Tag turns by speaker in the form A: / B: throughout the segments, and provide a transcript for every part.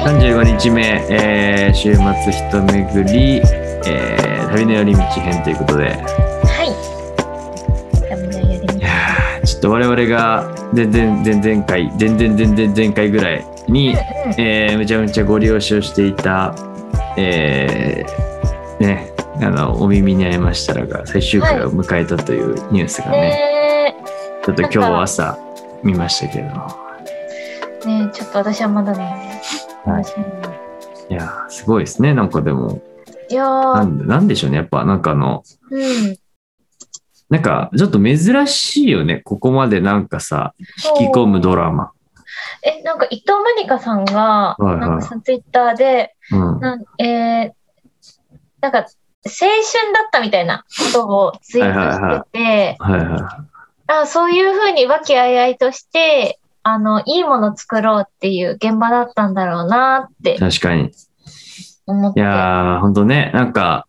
A: 日目、えー週末一巡り、えー旅の寄り道編ということで、
B: はい。旅の寄り道
A: いやーちょっと我々が全然前々回、全然全然前回ぐらいに、えーむちゃむちゃご利用しをしていた、えーね、あの、お耳に合いましたらが最終回を迎えたというニュースがね、
B: ね
A: ちょっと今日朝見ましたけれども、
B: え、ねえ、ちょっと私はまだなんで。
A: はい
B: 私も
A: いやーすごいですね、なんかでも、
B: いや
A: な
B: ー、
A: んでなんでしょうね、やっぱなんかあの、
B: うん。
A: なんか、ちょっと珍しいよね。ここまでなんかさ、引き込むドラマ。
B: え、なんか伊藤まりかさんが、
A: いはい
B: なんかそのツイッターで、
A: うん。
B: なんえーなんか、青春だったみたいなことをツイートしてて、
A: はいは
B: あそういうふうに和気あいあいとして、あの、いいもの作ろうっていう現場だったんだろうなっ
A: い。
B: て
A: 確かに。
B: 思っ
A: い
B: て。
A: やー、ほんとね、なんか、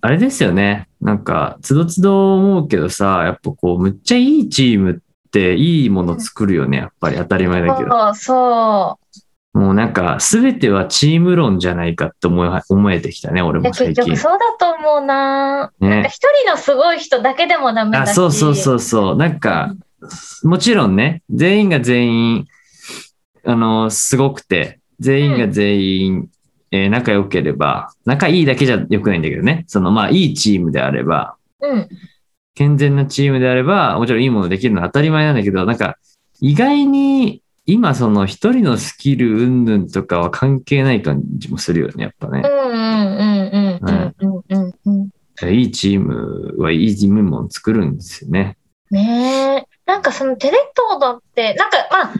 A: あれですよね。なんか、つどつど思うけどさ、やっぱこう、むっちゃいいチームっていいもの作るよね。やっぱり当たり前だけど。
B: そう、そ
A: もうなんか、すべてはチーム論じゃないかって思え思えてきたね、俺
B: う。い
A: も
B: や結
A: 最近
B: 局。そうだと思うな。なんか
A: ね。
B: 一人のすごい人だけでもダメだ
A: あ、
B: し。。
A: そうそうそううそう。なんか、もちろんね、全員が全員、あの、すごくて、全員が全員、えー仲良ければ、仲いいだけじゃ良くないんだけどね、その、まあ、いいチームであれば、
B: うん。
A: 健全なチームであれば、もちろんいいものできるのは当たり前なんだけど、なんか、意外に、今その一人のスキル云々とかは関係ない感じもするよね、やっぱ
B: う
A: ね。
B: んうんうんうんうんうんうんうん。
A: いいチームはいいチームもん作るんですよね。
B: ねえ。なんかそのテレ東だって、なんかまあ、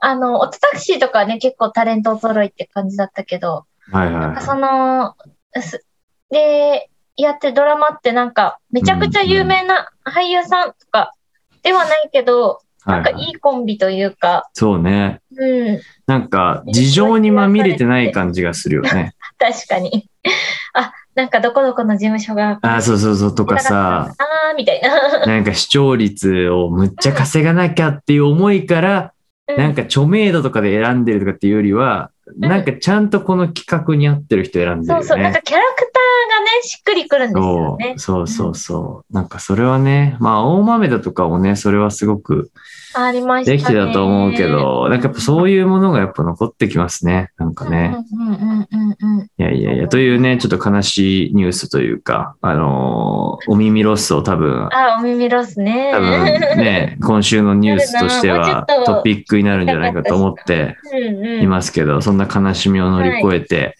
B: あの、オトタクシーとかはね、結構タレント揃いって感じだったけど、
A: はいはい
B: なんかそ
A: は
B: の、すで、やってるドラマってなんか、めちゃくちゃ有名な俳優さんとかではないけど、
A: い。は
B: なんか
A: いはい
B: いコンビというか、
A: そうね。
B: うん、
A: なんか、事情にまみれてない感じがするよ ね。
B: 確かに。あ、なんかどこどこの事務所が、
A: あーそうそうそう、とかさ、
B: あーみたいな。
A: なんか視聴率をむっちゃ稼がなきゃっていう思いから、なんか著名度とかで選んでるとかっていうよりは、なんかちゃんとこの企画に合ってる人選んで
B: そ
A: る
B: うそ
A: よ
B: う、なんか
A: ね。
B: キャラクターがね、しっくりくるんですよね。
A: そうそうそう。なんかそれはね、まあ大豆だとかもね、それはすごく
B: ありましたね。
A: できてたと思うけど、なんかやっぱそういうものがやっぱ残ってきますね。なんかね。
B: うんうんうんうんうん。
A: いやいやいや、というね、ちょっと悲しいニュースというか、あのーお耳ロスを多 分、
B: あ、お耳ロスね。
A: 多分ね、今週のニュースとしては
B: なるなもうちょっと
A: トピックになるんじゃないかと思って
B: うんうん。
A: いますけど、そんな悲しみを乗り越えて、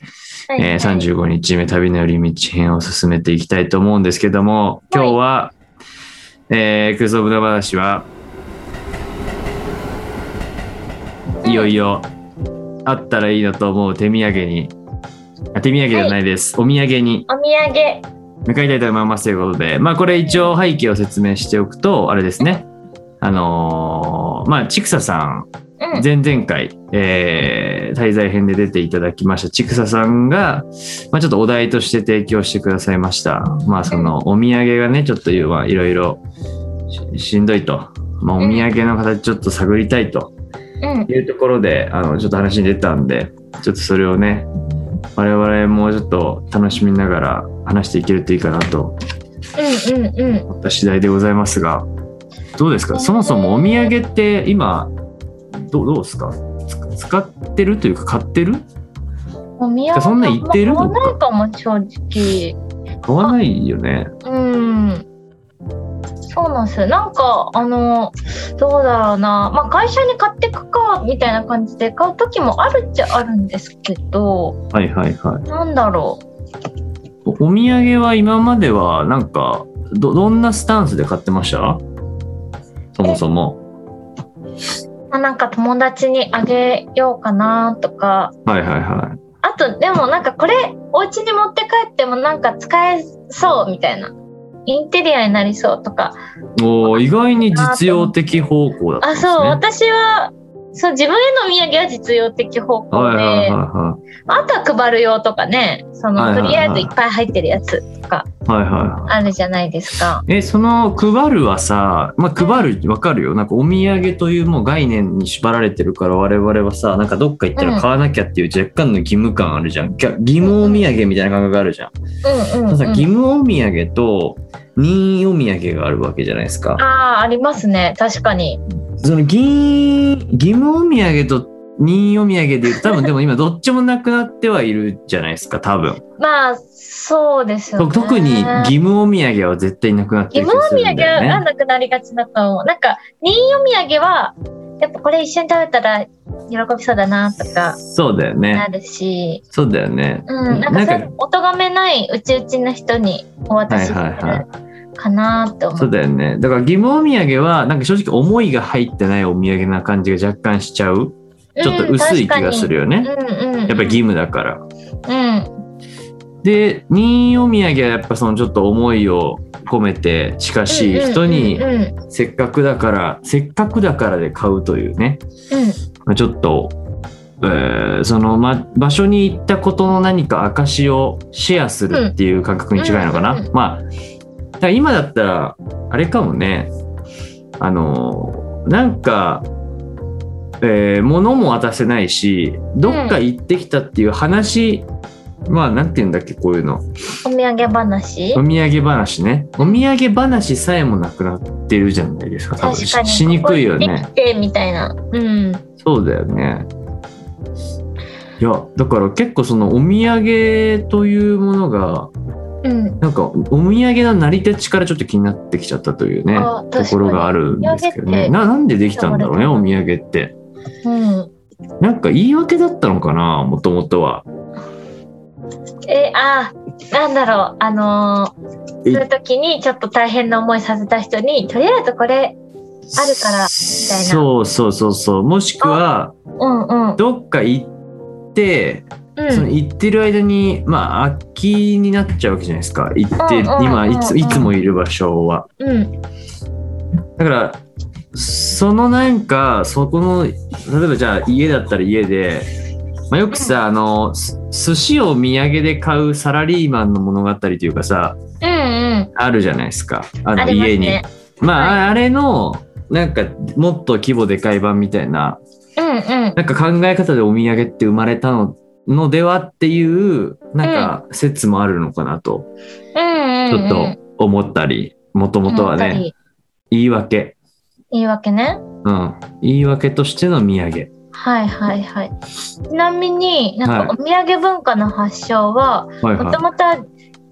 B: はいはい
A: えー35日目旅の寄り道編を進めていきたいと思うんですけども、今日は、えー、空想無駄話は、いよいよ、あったらいいなと思う手土産に、あ手土産じゃないです、お土産に
B: お土産。
A: 向かいたいと思いますということで、まあこれ一応背景を説明しておくと、あれですね、あのーまあ、ちくささん
B: うん。
A: 前々回、えー滞在編で出ていただきました千草さんが、まあ、ちょっとお題として提供してくださいましたまあそのお土産がねちょっとまあいろいろししんどいと、まあ、お
B: うん
A: 土産の形ちょっと探りたいと
B: うん。
A: いうところであのちょっと話に出たんでちょっとそれをね我々もちょっと楽しみながら話していけるといいかなと
B: うんうんうん。
A: 思った次第でございますがどうですかそもそもお土産って今どどうですかつ使ってるというか買ってる
B: お土産
A: そんな言ってる
B: まあ買わないかも正直
A: 買わないよね
B: うんそうなんですよなんかあのどうだろうなまあ会社に買ってくかみたいな感じで買う時もあるっちゃあるんですけど
A: はいはいはい
B: なんだろう
A: おお土産は今まではなんかどどんなスタンスで買ってましたそもそも
B: まあなんか友達にあげようかなとか
A: はいはいはい
B: あとでもなんかこれお家に持って帰ってもなんか使えそうみたいなインテリアになりそうとか
A: おー意外に実用的方向だったん
B: あ
A: ですね
B: そう私はそう、自分へのお土産は実用的方向で、
A: はいはいは
B: あとは配る用とかね、その、
A: はいはいはい
B: とりあえずいっぱい入ってるやつとか
A: いはい。はいはいはい
B: あるじゃないですか。
A: え、その配るはさ、まあ、配るわかるよ。なんかお土産というもう概念に縛られてるから我々はさ、なんかどっか行ったら買わなきゃっていう若干の義務感あるじゃん。ぎゃ義務お土産みたいな感覚があるじゃん。
B: うんうん、
A: ただ
B: う
A: 義
B: ん。
A: 務お土産と任意お土産があるわけじゃないですか。
B: ああー、ありますね。確かに。
A: その義義務お土産と任意お土産で言うと多分でも今どっちもなくなってはいるじゃないですか、多分。
B: まあ、そうですよ
A: と
B: ね。
A: 特に義務お土産は絶対なくなって
B: 義
A: る気
B: 務
A: が
B: お
A: するん
B: 土産
A: だよ
B: は
A: ね。
B: なくなりがちだと思う。なんか、任意お土産は、やっぱこれ一緒に食べたら喜びそうだなとか
A: そうだよ
B: な
A: ね。
B: るし、
A: そうだよね。
B: うん、なんかそういうのお咎めないうちうちの人にお渡しする
A: はいはいは
B: かなって思う。
A: そうだよね。だから義務お土産は、なんか正直思いが入ってないお土産な感じが若干しちゃう。ちょっと薄い気がするよ
B: うん。
A: ね。
B: 確かにうんうんう
A: や
B: ん、
A: っぱ義務だから。
B: うん。
A: で、任意お土産はやっぱそのちょっと思いを込めて近しい人に
B: うんうんうん
A: せっかくだから、せっかくだからで買うというね。
B: うん
A: まあちょっと、えーその、ま、場所に行ったことの何か証をシェアするっていう感覚に違いのかな、
B: うんうん
A: まあだから今だったらあれかもねあのなんか、えー物も渡せないしどっか行ってきたっていう話、まあなんて言うんだっけこういうの
B: お土産話
A: お土産話ねお土産話さえもなくなってるじゃないですか多分
B: 確かに
A: ししにくいよね。
B: ここ行ってきてみたいな。うん。
A: そうだよね。いやだから結構そのお土産というものが
B: うん。
A: なんかお土産の成り立ちからちょっと気になってきちゃったというね
B: あ確か
A: と
B: に
A: ころがあるんですけど
B: お土産っ
A: ね
B: て
A: ななんでできたんだろうねお土産って
B: うん。
A: なんか言い訳だったのかなもともとは
B: え、あ、なんだろう。あのー、
A: え
B: そういう時にちょっと大変な思いさせた人に、とりあえずこれ、あるからみたいな
A: そうそうそうそうもしくは
B: うんうん。
A: どっか行って
B: うん
A: その行ってる間にまあ空きになっちゃうわけじゃないですか行って
B: うんうんうんうん
A: 今いついつもいる場所は。
B: うん。
A: だからそのなんかそこの例えばじゃあ家だったら家で、まあ、よくさあのす寿司をお土産で買うサラリーマンの物語というかさ
B: うんうん。
A: あるじゃないですかあ
B: あ
A: の
B: ります
A: 家に。
B: ね。
A: まあ、あれのなんかもっと規模でかい版みたいな
B: うんうん。
A: なんか考え方でお土産って生まれたののではっていうなんか説もあるのかなと
B: うん
A: ち
B: うん
A: ょ
B: うん。
A: っと思ったりもともとは
B: やっぱ
A: ね
B: り
A: 言い訳、
B: 言い訳ね。
A: うん、言い訳としての土産。
B: はいはいはい。ちなみになんか
A: は
B: お土産文化の発祥は、
A: はい
B: もともとは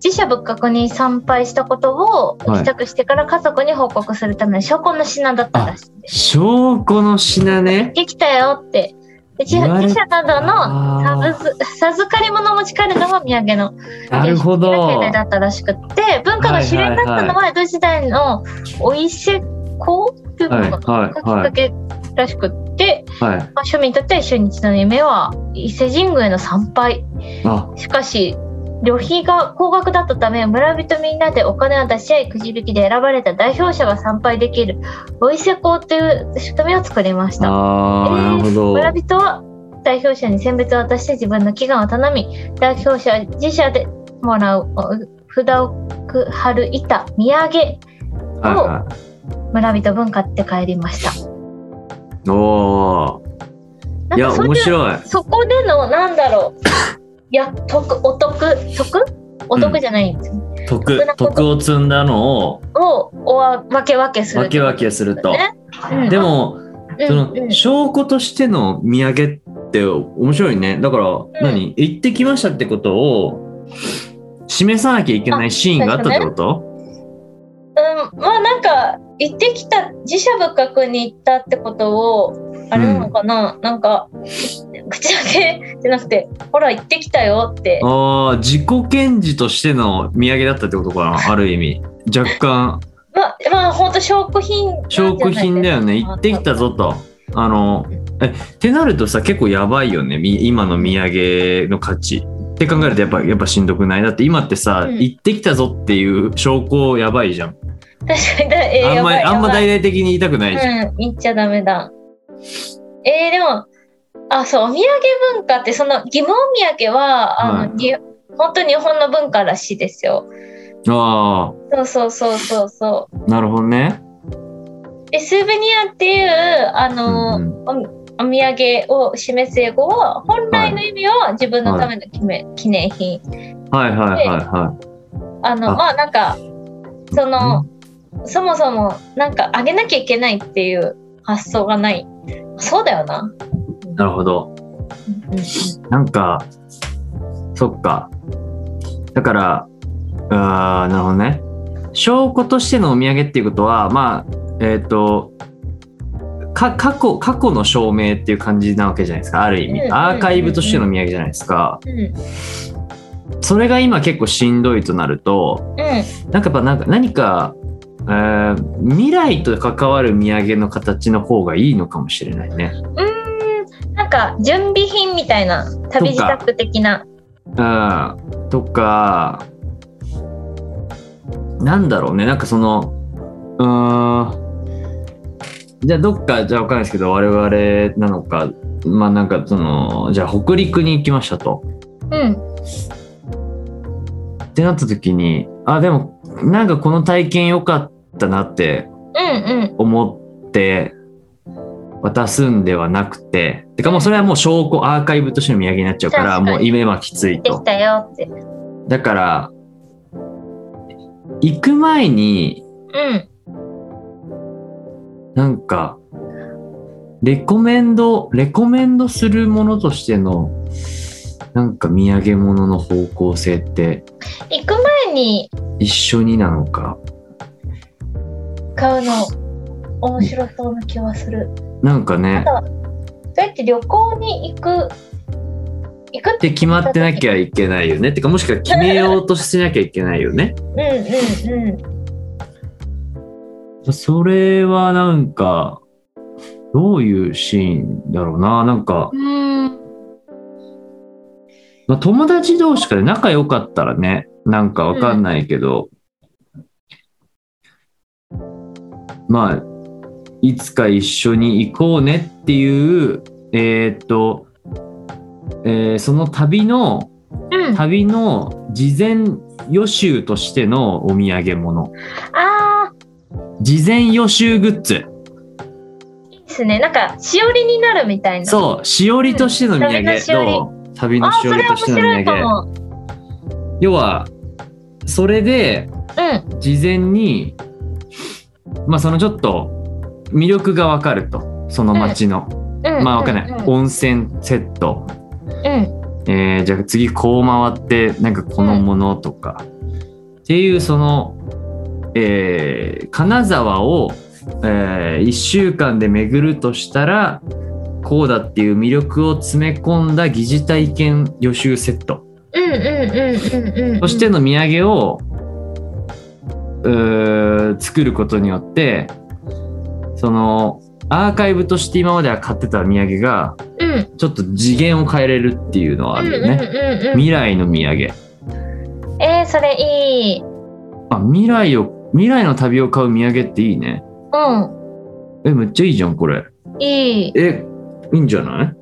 B: 寺社仏閣に参拝したことを
A: はい
B: 帰宅してから家族に報告するための証拠の品だったらしいです。
A: 証拠の品ね。
B: できたよって。で
A: 言わ
B: 寺
A: れ
B: 寺社などの
A: あ
B: 授授かり物を持ち帰るのがお土産の
A: ーなるほ
B: 形
A: ど。
B: 態だったらしくって文化が主流になったのは江戸時代のお伊勢公っていうの
A: はい
B: がきっ
A: は
B: かけらしくって、
A: いはいはい。
B: まあ、庶民にとっては一生に一度の夢は伊勢神宮への参拝
A: あ
B: しかし旅費が高額だったため村人みんなでお金を出し合いくじ引きで選ばれた代表者が参拝できるお伊勢公という仕組みを作りました
A: あー
B: え
A: な
B: ー
A: るほど。
B: 村人は代表者に選別を渡して自分の祈願を頼み代表者は自社でもらうお札を貼る板土産
A: はいは
B: 村人文化って帰りました
A: い。おー
B: ないん
A: や
B: かそう
A: 面
B: いう
A: 白い。
B: そこでのなんだろういや得お得得お得じゃないんですよ、
A: 徳
B: そんなこと
A: 徳を積んだのを
B: をおわ分け分けする
A: 分け分けすると。
B: ねうん
A: でも
B: うん
A: そ
B: うん
A: の証拠としての土産って面白いね。だから何行ってきましたってことを示さなきゃいけないシーンがあったってこと？
B: うん、まあなんか行ってきた自社仏閣に行ったってことをあれなのかな、なんか口だけじゃなくてほら行ってきたよって
A: ああ自己顕示としての土産だったってことかなある意味若 干
B: まあまあほんと証拠品なんじゃな
A: 証
B: いですか
A: 拠品だよね行ってきたぞとあのえってなるとさ結構やばいよねみ今の土産の価値って考えるとやっぱやっぱしんどくないだって今ってさ、
B: うん
A: 行ってきたぞっていう証拠やばいじゃん
B: 確かにだ、えー、
A: あんまり
B: やばい
A: あんま
B: やばい
A: 大々的に言いたくないじゃん、
B: うん、言っちゃダメだ。えー、でもあそうお土産文化ってその義務お土産はあの、
A: はい
B: に本当日本の文化らしいですよ。
A: あ
B: そうそうそうそうそ
A: あ、なるほどね。
B: う。でスーベニアっていうあの、
A: うん
B: おお土産を示す英語は本来の意味は自分のための記念,、記念品。
A: はいはいはいは
B: あの
A: あ
B: まあなんか
A: い。
B: その、そもそもなんかあげなきゃいけないっていう発想がない。そうだよな。
A: なるほど。
B: うん
A: なんか、そっか。だから、ああ、なるほどね。証拠としてのお土産っていうことは、まあ、えっ、と、か過去過去の証明っていう感じなわけじゃないですかある意味
B: うん
A: アーカイブとしてのお土産じゃないですか
B: うんうん
A: それが今結構しんどいとなると
B: うん
A: なんかやっぱなんか何か、えー未来と関わる土産の形の方がいいのかもしれないね。
B: うーんなんか準備品みたいな旅自宅的な
A: うん、とかなんだろうねなんかそのうーんじゃあどっかじゃあわかんないですけど我々なのかまあなんかそのじゃあ北陸に行きましたと。
B: うん
A: ってなった時にあでもなんかこの体験良かったなって
B: うん
A: 思って渡すんではなくててかもうそれはもう証拠アーカイブとしての土産になっちゃうから
B: 確かに
A: もう今はきつい
B: うんで
A: と
B: き。たよって
A: だから行く前に
B: うん
A: なんかレコメンドレコメンドするものとしてのなんか土産物の方向性って
B: 行く前に
A: 一緒になのか
B: 買うの面白そうな気はする
A: なんかね
B: そうやって旅行に行く行
A: っ
B: くっ
A: てて決まってなきゃいけないよねってかもしくは決めようとしなきゃいけないよね
B: うんうんうん
A: それはなんかどういうシーンだろうななんか、
B: うん
A: まあ、友達同士かで仲良かったらね、なんかわかんないけど、まあ、いつか一緒に行こうねっていう、えーっと、えーその旅の、
B: うん
A: 旅の事前予習としてのお土産物。
B: あー
A: 事前予習グッズ。
B: いいですねなんかしおりになるみたいな
A: そう、しおりとしての土産。
B: 旅のし
A: どう旅のし
B: おりあーそ
A: おり
B: れ面
A: としての
B: 白
A: 土
B: いか
A: 産。
B: も
A: 要は、それで、
B: うん
A: 事前に、まあ、そのちょっと魅力が分かるとその町の、
B: うん
A: まあ分かんない、
B: うん
A: 温泉セット、
B: うん
A: えーじゃあ次こう回ってなんかこのものとか、っていうその、えー金沢を、え1週間で巡るとしたらこうだっていう魅力を詰め込んだ疑似体験予習セット。
B: うんうんうんうんうん
A: そしての土産を、うー作ることによってそのアーカイブとして今までは買ってた土産が
B: うんうん
A: ちょっと次元を変えれるっていうのはあるよね、
B: うんうんうん
A: 未来の土産
B: うん、えー、それいい。うん。
A: あ未来を未来の旅を買う土産っていいねえめっちゃいいじゃんこれ
B: いい。
A: えいいんじゃな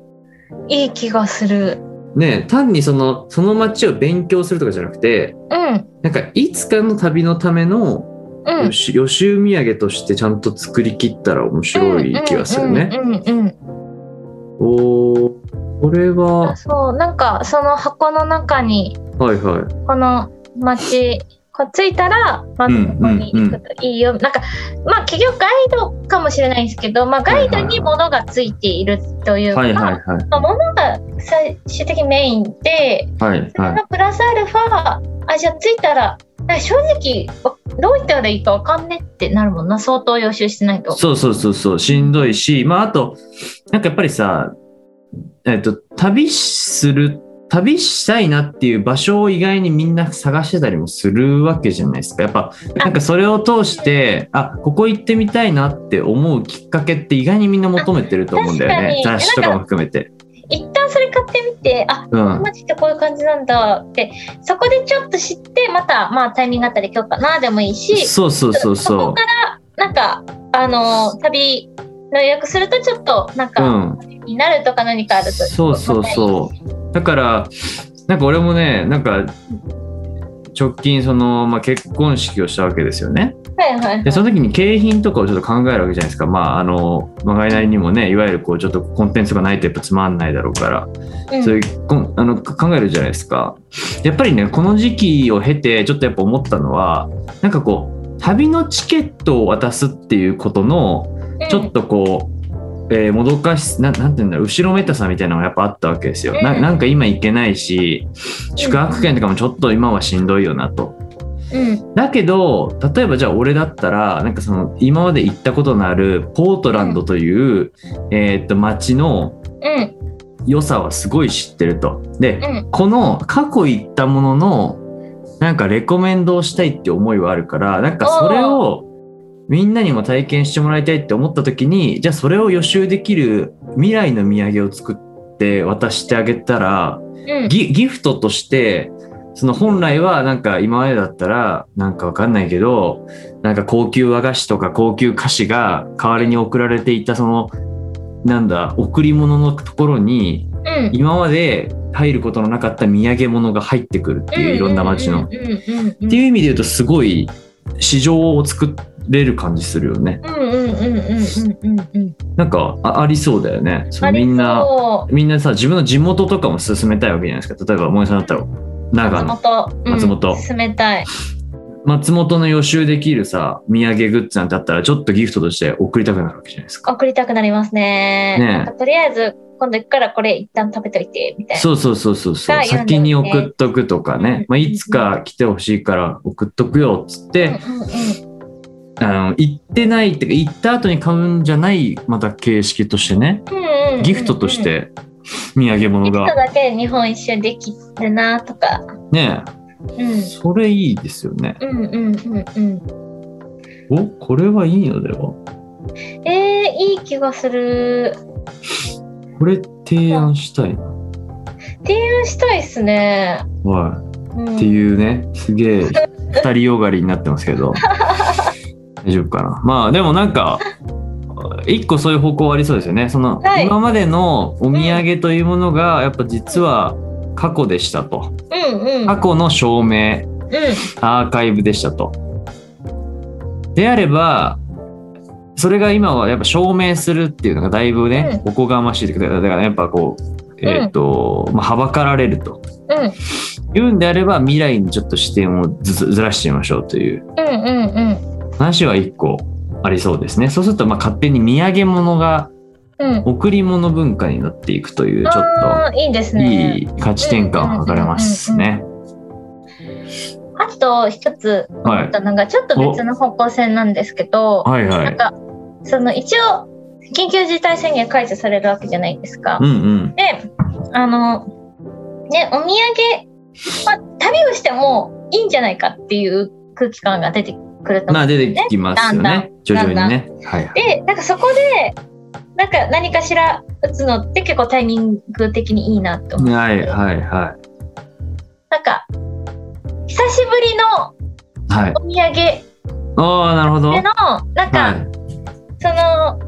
A: い
B: いい気がする。
A: ねえ単にそのその街を勉強するとかじゃなくて
B: うん。
A: なんかいつかの旅のための
B: うん
A: 予。習予習土産としてちゃんと作り切ったら面白い気がするね。
B: うんうんうんうん
A: おお、これ
B: うん
A: は、
B: そう、なんかその箱の中に、
A: はいは
B: この街、こう着いたら、まずここに行くといいよ。なんか、まあ結局ガイドかもしれないんですけど、まあガイドに物がついているとい
A: い。
B: うか、
A: はいはいはい。
B: まあ、物が最終的にメインで、
A: はい
B: それ
A: はい。
B: のプラスアルファ、あじゃあ着いたらあ正直わどう言ったらいいかわかんねってなるもんな相当予習してないと。
A: そうそうそうそう、しんどいし、まああと、なんかやっぱりさ、えっと、旅する、旅したいなっていう場所を意外にみんな探してたりもするわけじゃないですか。やっぱ、なんかそれを通して、あ、ここ行ってみたいなって思うきっかけって意外にみんな求めてると思うんだよね。
B: あ確かに
A: 雑誌とかも含めて。
B: 一旦それ買ってみてあ
A: う
B: こ
A: ん
B: の。街ってこういう感じなんだってそこでちょっと知ってまたまあタイミングあったり今日かなでもいいし
A: そうそうそう
B: そ
A: そ
B: こからなんかあのー旅の予約するとちょっとなん
A: う。う
B: か、
A: ん。
B: になるとか何かあると
A: そうそうそうだからなんか俺もねなんか直近その、まあ、結婚式をしたわけですよね
B: はいはいはい
A: でその時に景品とかをちょっと考えるわけじゃないですかまああのまがいなりにもねいわゆるこうちょっとコンテンツがないとやっぱつまんないだろうから
B: うん
A: そういうこんあの考えるじゃないですかやっぱりねこの時期を経てちょっとやっぱ思ったのはなんかこう旅のチケットを渡すっていうことのちょっとこう、えーもどかしななんていうんだろう後ろめたさみたいなのがやっぱあったわけですよ、な
B: うん
A: なんか今行けないし宿泊券とかもちょっと今はしんどいよなと。
B: うんうん
A: だけど例えばじゃあ俺だったらなんかその今まで行ったことのあるポートランドという、えーっと街の
B: うん
A: 良さはすごい知ってると。で、
B: うん
A: この過去行ったもののなんかレコメンドをしたいって思いはあるからなんかそれをみんなにも体験してもらいたいって思った時にじゃあそれを予習できる未来の土産を作って渡してあげたら
B: うん
A: ギギフトとしてその本来はなんか今までだったらなんかわかんないけどなんか高級和菓子とか高級菓子が代わりに贈られていたそのなんだ贈り物のところに
B: うん
A: 今まで入ることのなかった土産物が入ってくるっていういろんな街の。
B: う
A: っ
B: んうんうんうん
A: ていう意味で言うとすごい市場を作れる感じするよね。
B: うんうんうんうんうんうんうん
A: なんかあありそうだよね。そうみん
B: あり
A: な
B: そう
A: みんなさ自分の地元とかも進めたいわけじゃないですか。例えば萌えさんだったら長野
B: 松本
A: 松本
B: うん進めたい
A: 松本の予習できるさ土産グッズなんてあったらちょっとギフトとして送りたくなるわけじゃないですか。
B: 送りたくなりますね
A: ねえ
B: なんかとりあえず今度行くからこれ一旦食べといてみたいな
A: そうそうそうそうそう、
B: が読んで
A: 先に送っとくとか
B: うん
A: ね、まあ、いつか来てほしいから送っとくよっつって、
B: うんうんうん
A: あの行ってないっていうか行った後に買うんじゃないまた形式としてね
B: うんうんうんうん
A: ギフトとして土産物
B: ギフト
A: が
B: だけで日本一周できるなとか、
A: ね
B: うん、
A: それいいですよね
B: うんうんうんう
A: おこれはいいのでは
B: んえー、いい気がする
A: これ提案したいな
B: したいっすね、
A: は
B: うん、
A: いっていうねすげえ二人よがりになってますけ ど大丈夫かなまあでもなんか一個そういう方向ありそうですよねその、
B: はい
A: 今までのお土産というものがやっぱ実は過去でしたと
B: うんうん
A: 過去の証明
B: う
A: アーカイブでしたと。であればそれが今はやっぱ証明するっていうのがだいぶね、おこがましいというかだからやっぱこう、えっとまあ、はばかられると
B: んうん
A: いうんであれば未来にちょっと視点をずずずらしてみましょうという
B: うんうんうん
A: 話は一個ありそうですねそうするとまあ勝手に土産物が
B: うん
A: 贈り物文化になっていくというちょっ
B: あーいいです
A: と
B: ね
A: いい価値転換を図れますね。
B: あと一つ
A: は
B: 思
A: い
B: ったのがちょっと別の方向性なんですけど、
A: はいは
B: なん
A: い。
B: かその一応緊急事態宣言解除されるわけじゃないですか
A: う。んうん。
B: であのねお土産、まあ、旅をしてもいいんじゃないかっていう空気感が出てくると
A: ま
B: 思
A: あ
B: う。
A: 出てきますよ
B: だんだ
A: ね
B: ん
A: 徐々にね。はいはい。
B: でなんかそこでなんか何かしら打つのって結構タイミング的にいいなって思う。
A: はいはいは
B: なんか久しぶり
A: い。
B: の
A: はい。
B: お土産で
A: ああ、なるほど。
B: の
A: は
B: なんか、その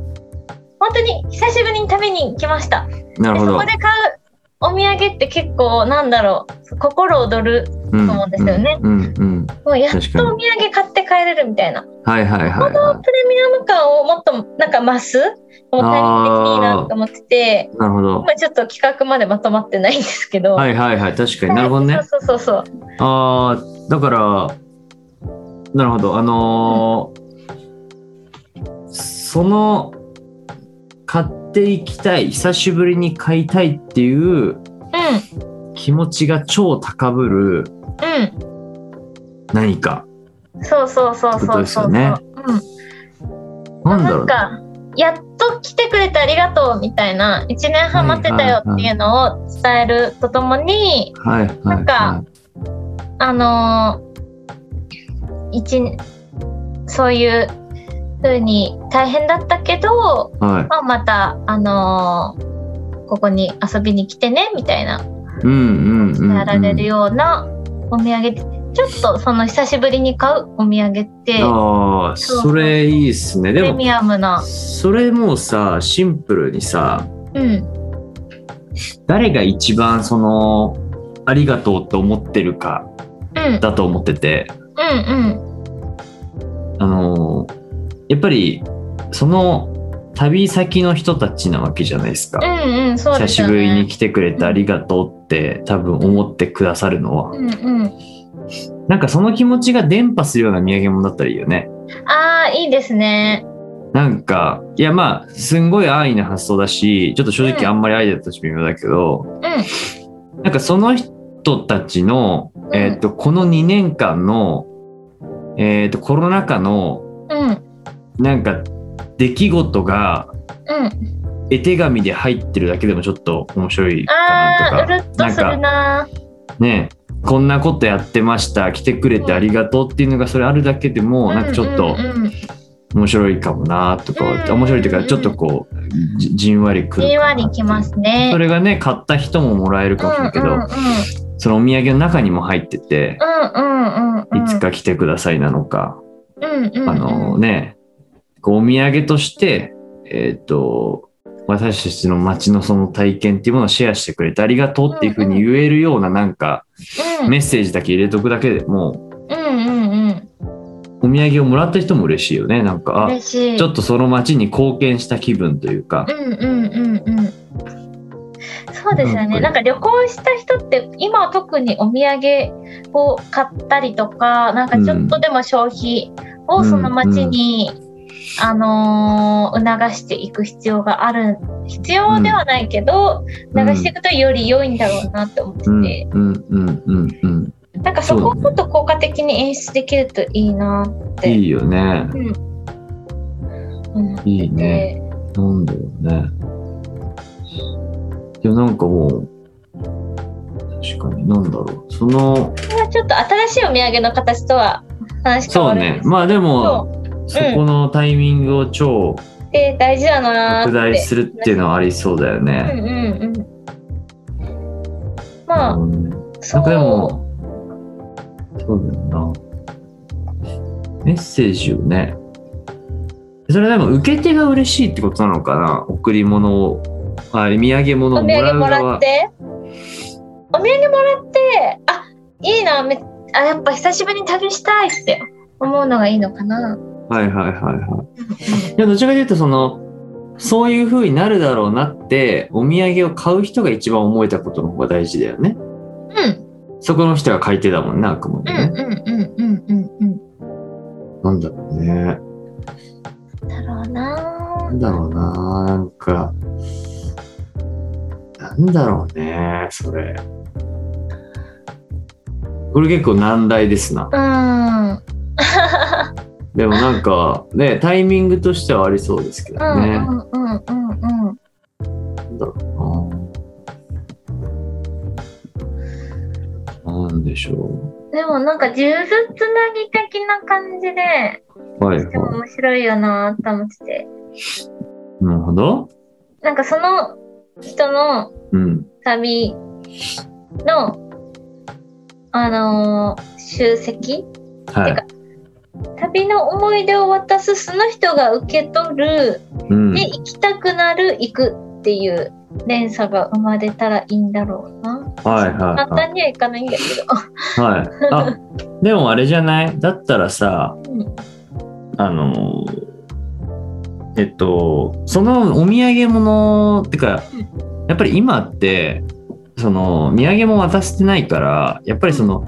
B: 本当に久しぶりに食べに行きました
A: い。なるほ
B: でそ
A: ど
B: こ。で買うお土産って結構なんだろう心躍る
A: うん
B: 思うんですよね
A: うんうん。
B: もうやっとお
A: 確
B: 土
A: かに
B: 産買って帰れるみたいな
A: はいはいはいは
B: プレミアム感をもっとなんか増すもうタイミング的にいいなと思ってて
A: い。なるほど。
B: 今ちょっと企画までまとまってないんですけど、
A: はいはいはい。確かになるほどね。
B: そうそうそうそう
A: ああ、だから、なるほど。あのーその、買っていきたい、久しぶりに買いたいっていう
B: う
A: 気持ちが超高ぶる
B: んうん
A: 何か。
B: そうそうそう
A: ってこと
B: そう
A: です
B: そう
A: よね
B: うん
A: なんだろ
B: な
A: うんね。
B: かやっと来てくれてありがとうみたいな1年半待ってたよっていうのを伝えるとともに、
A: はいはい、はい。
B: なんかあのー一そういう風に大変だったけど、
A: はい。
B: まあ、また、あのーここに遊びに来てねみたいな
A: うんうんうん、うん。
B: やられるようなお土産ちょっとその久しぶりに買うお土産って
A: ああ
B: そうそう
A: それいいっすね
B: プ
A: で
B: レ
A: も
B: ミアムな。
A: それもうさシンプルにさ
B: うんうん。
A: 誰が一番そのありがとうって思ってるか
B: うん。
A: だと思ってて
B: うん。
A: あのやっぱりその旅先の人たちなわけじゃないですか、
B: うん。うん。そう
A: 久
B: です
A: し
B: よね。
A: ぶりに来てくれてありがとうって多分思ってくださるのは
B: うんうん。
A: なんかその気持ちが伝播するような土産物だったらいいよね
B: ああ、いいですね。
A: なんかいやまあすんごい安易な発想だしちょっと正
B: うん
A: 直あんまりアイデアとして微妙だけど、
B: うん。
A: なんかその人たちの、
B: ん
A: えー、とこの2年間の、えー、とコロナ禍の
B: うん。
A: なんか出来事が
B: うん。
A: 絵手紙で入ってるだけでもちょっと面白いか
B: ああ、うる
A: な
B: っ
A: と
B: と
A: か
B: する
A: なんか
B: な。
A: ねこんなことやってました来てくれてありがとうっていうのがそれあるだけでもなんかちょっと
B: うんうんうん
A: 面白いかもなとか
B: うん
A: 面白いというかちょっとこうじじんわりくるかなっていう
B: じんわりきますね。
A: それがね買った人ももらえるかもしれないけど、
B: うんうん
A: そのお土産の中にも入ってて。
B: うんうんうんうん。
A: いつか来てくださいなのか、
B: うんうんうん。
A: あのね、こうお土産として、えっ、と、私たちの街のその体験っていうものをシェアしてくれてありがとうっていうふうに言えるようななんか
B: うん、
A: メッセージだけ入れとくだけでも
B: うんうんうん。
A: お土産をもらった人も嬉しいよね。なんか、あ、
B: 嬉しい。
A: ちょっとその街に貢献した気分というか
B: う、んうんうんうん。そうですよ
A: な
B: ね。なんんか旅行した人って今は特にお土産を買ったりとか、なんかちょっとでも消費をその街に、あのー促していく必要がある必要ではないけど、
A: うん
B: 流していくとより良いんだろうなって思って
A: うん、う
B: て、
A: ん、うん、うん、うん。
B: なんかそこを
A: そう
B: も
A: だね
B: っと効果的に演出できるといいなって
A: いいよね。
B: 思ってて。
A: いいねなんだろうね。いや、なんかもう、確かに、なんだろう。その、
B: これはちょっと新しいお土産の形とは話変
A: そう
B: わるんで
A: ね。
B: す
A: まあで
B: けど
A: も、そこのタイミングを超
B: で大事だなー
A: 拡
B: って
A: 大するっていうのはありそうだよ
B: うん
A: ね。
B: うんうんまあ
A: うん
B: そ
A: なん
B: う
A: かでも、そうだよな。メッセージをね。それでも受け手が嬉しいってことなのかな贈り物を、あ土産
B: お
A: 物をもら
B: 土産
A: う
B: も
A: 側。
B: らってお土産もらってあいいなめあやっぱ久しぶりに旅したいって思うのがいいのかな
A: はいはいはいはい。いやどちらかというとそのそういう風になるだろうなってお土産を買う人が一番思えたことの方が大事だよね。
B: うん
A: そこの人が買い手だもんねあくま
B: う
A: で
B: ん
A: ね。
B: うんうんうんうんうん
A: なんだろうね。な
B: だろうなん
A: だろうななんか。なんだろうねそれ。これ結構難題ですな。
B: ー
A: でもなんかねタイミングとしてはありそうですけど
B: うん
A: ね。
B: うんうんうんうんうん
A: なんだろうな。なんでしょ
B: でもなんか数珠つなぎ的な感じで
A: う。はい
B: でも
A: はい。
B: 面白いよなーって思ってて
A: なるほど。
B: なんかその人の
A: うん。
B: 旅の、あのー集積
A: はい。
B: 旅の思い出を渡すその人が受け取る
A: うん
B: で、行きたくなる行くっていう連鎖が生まれたらいいんだろうな
A: はい
B: 簡
A: は
B: 単にはいかないんだけ ど
A: いはい。はい、あでもあれじゃないだったらさ、あのーえっと、そのお土産物ってか、やっぱり今って、その土産物渡してないから、やっぱりその、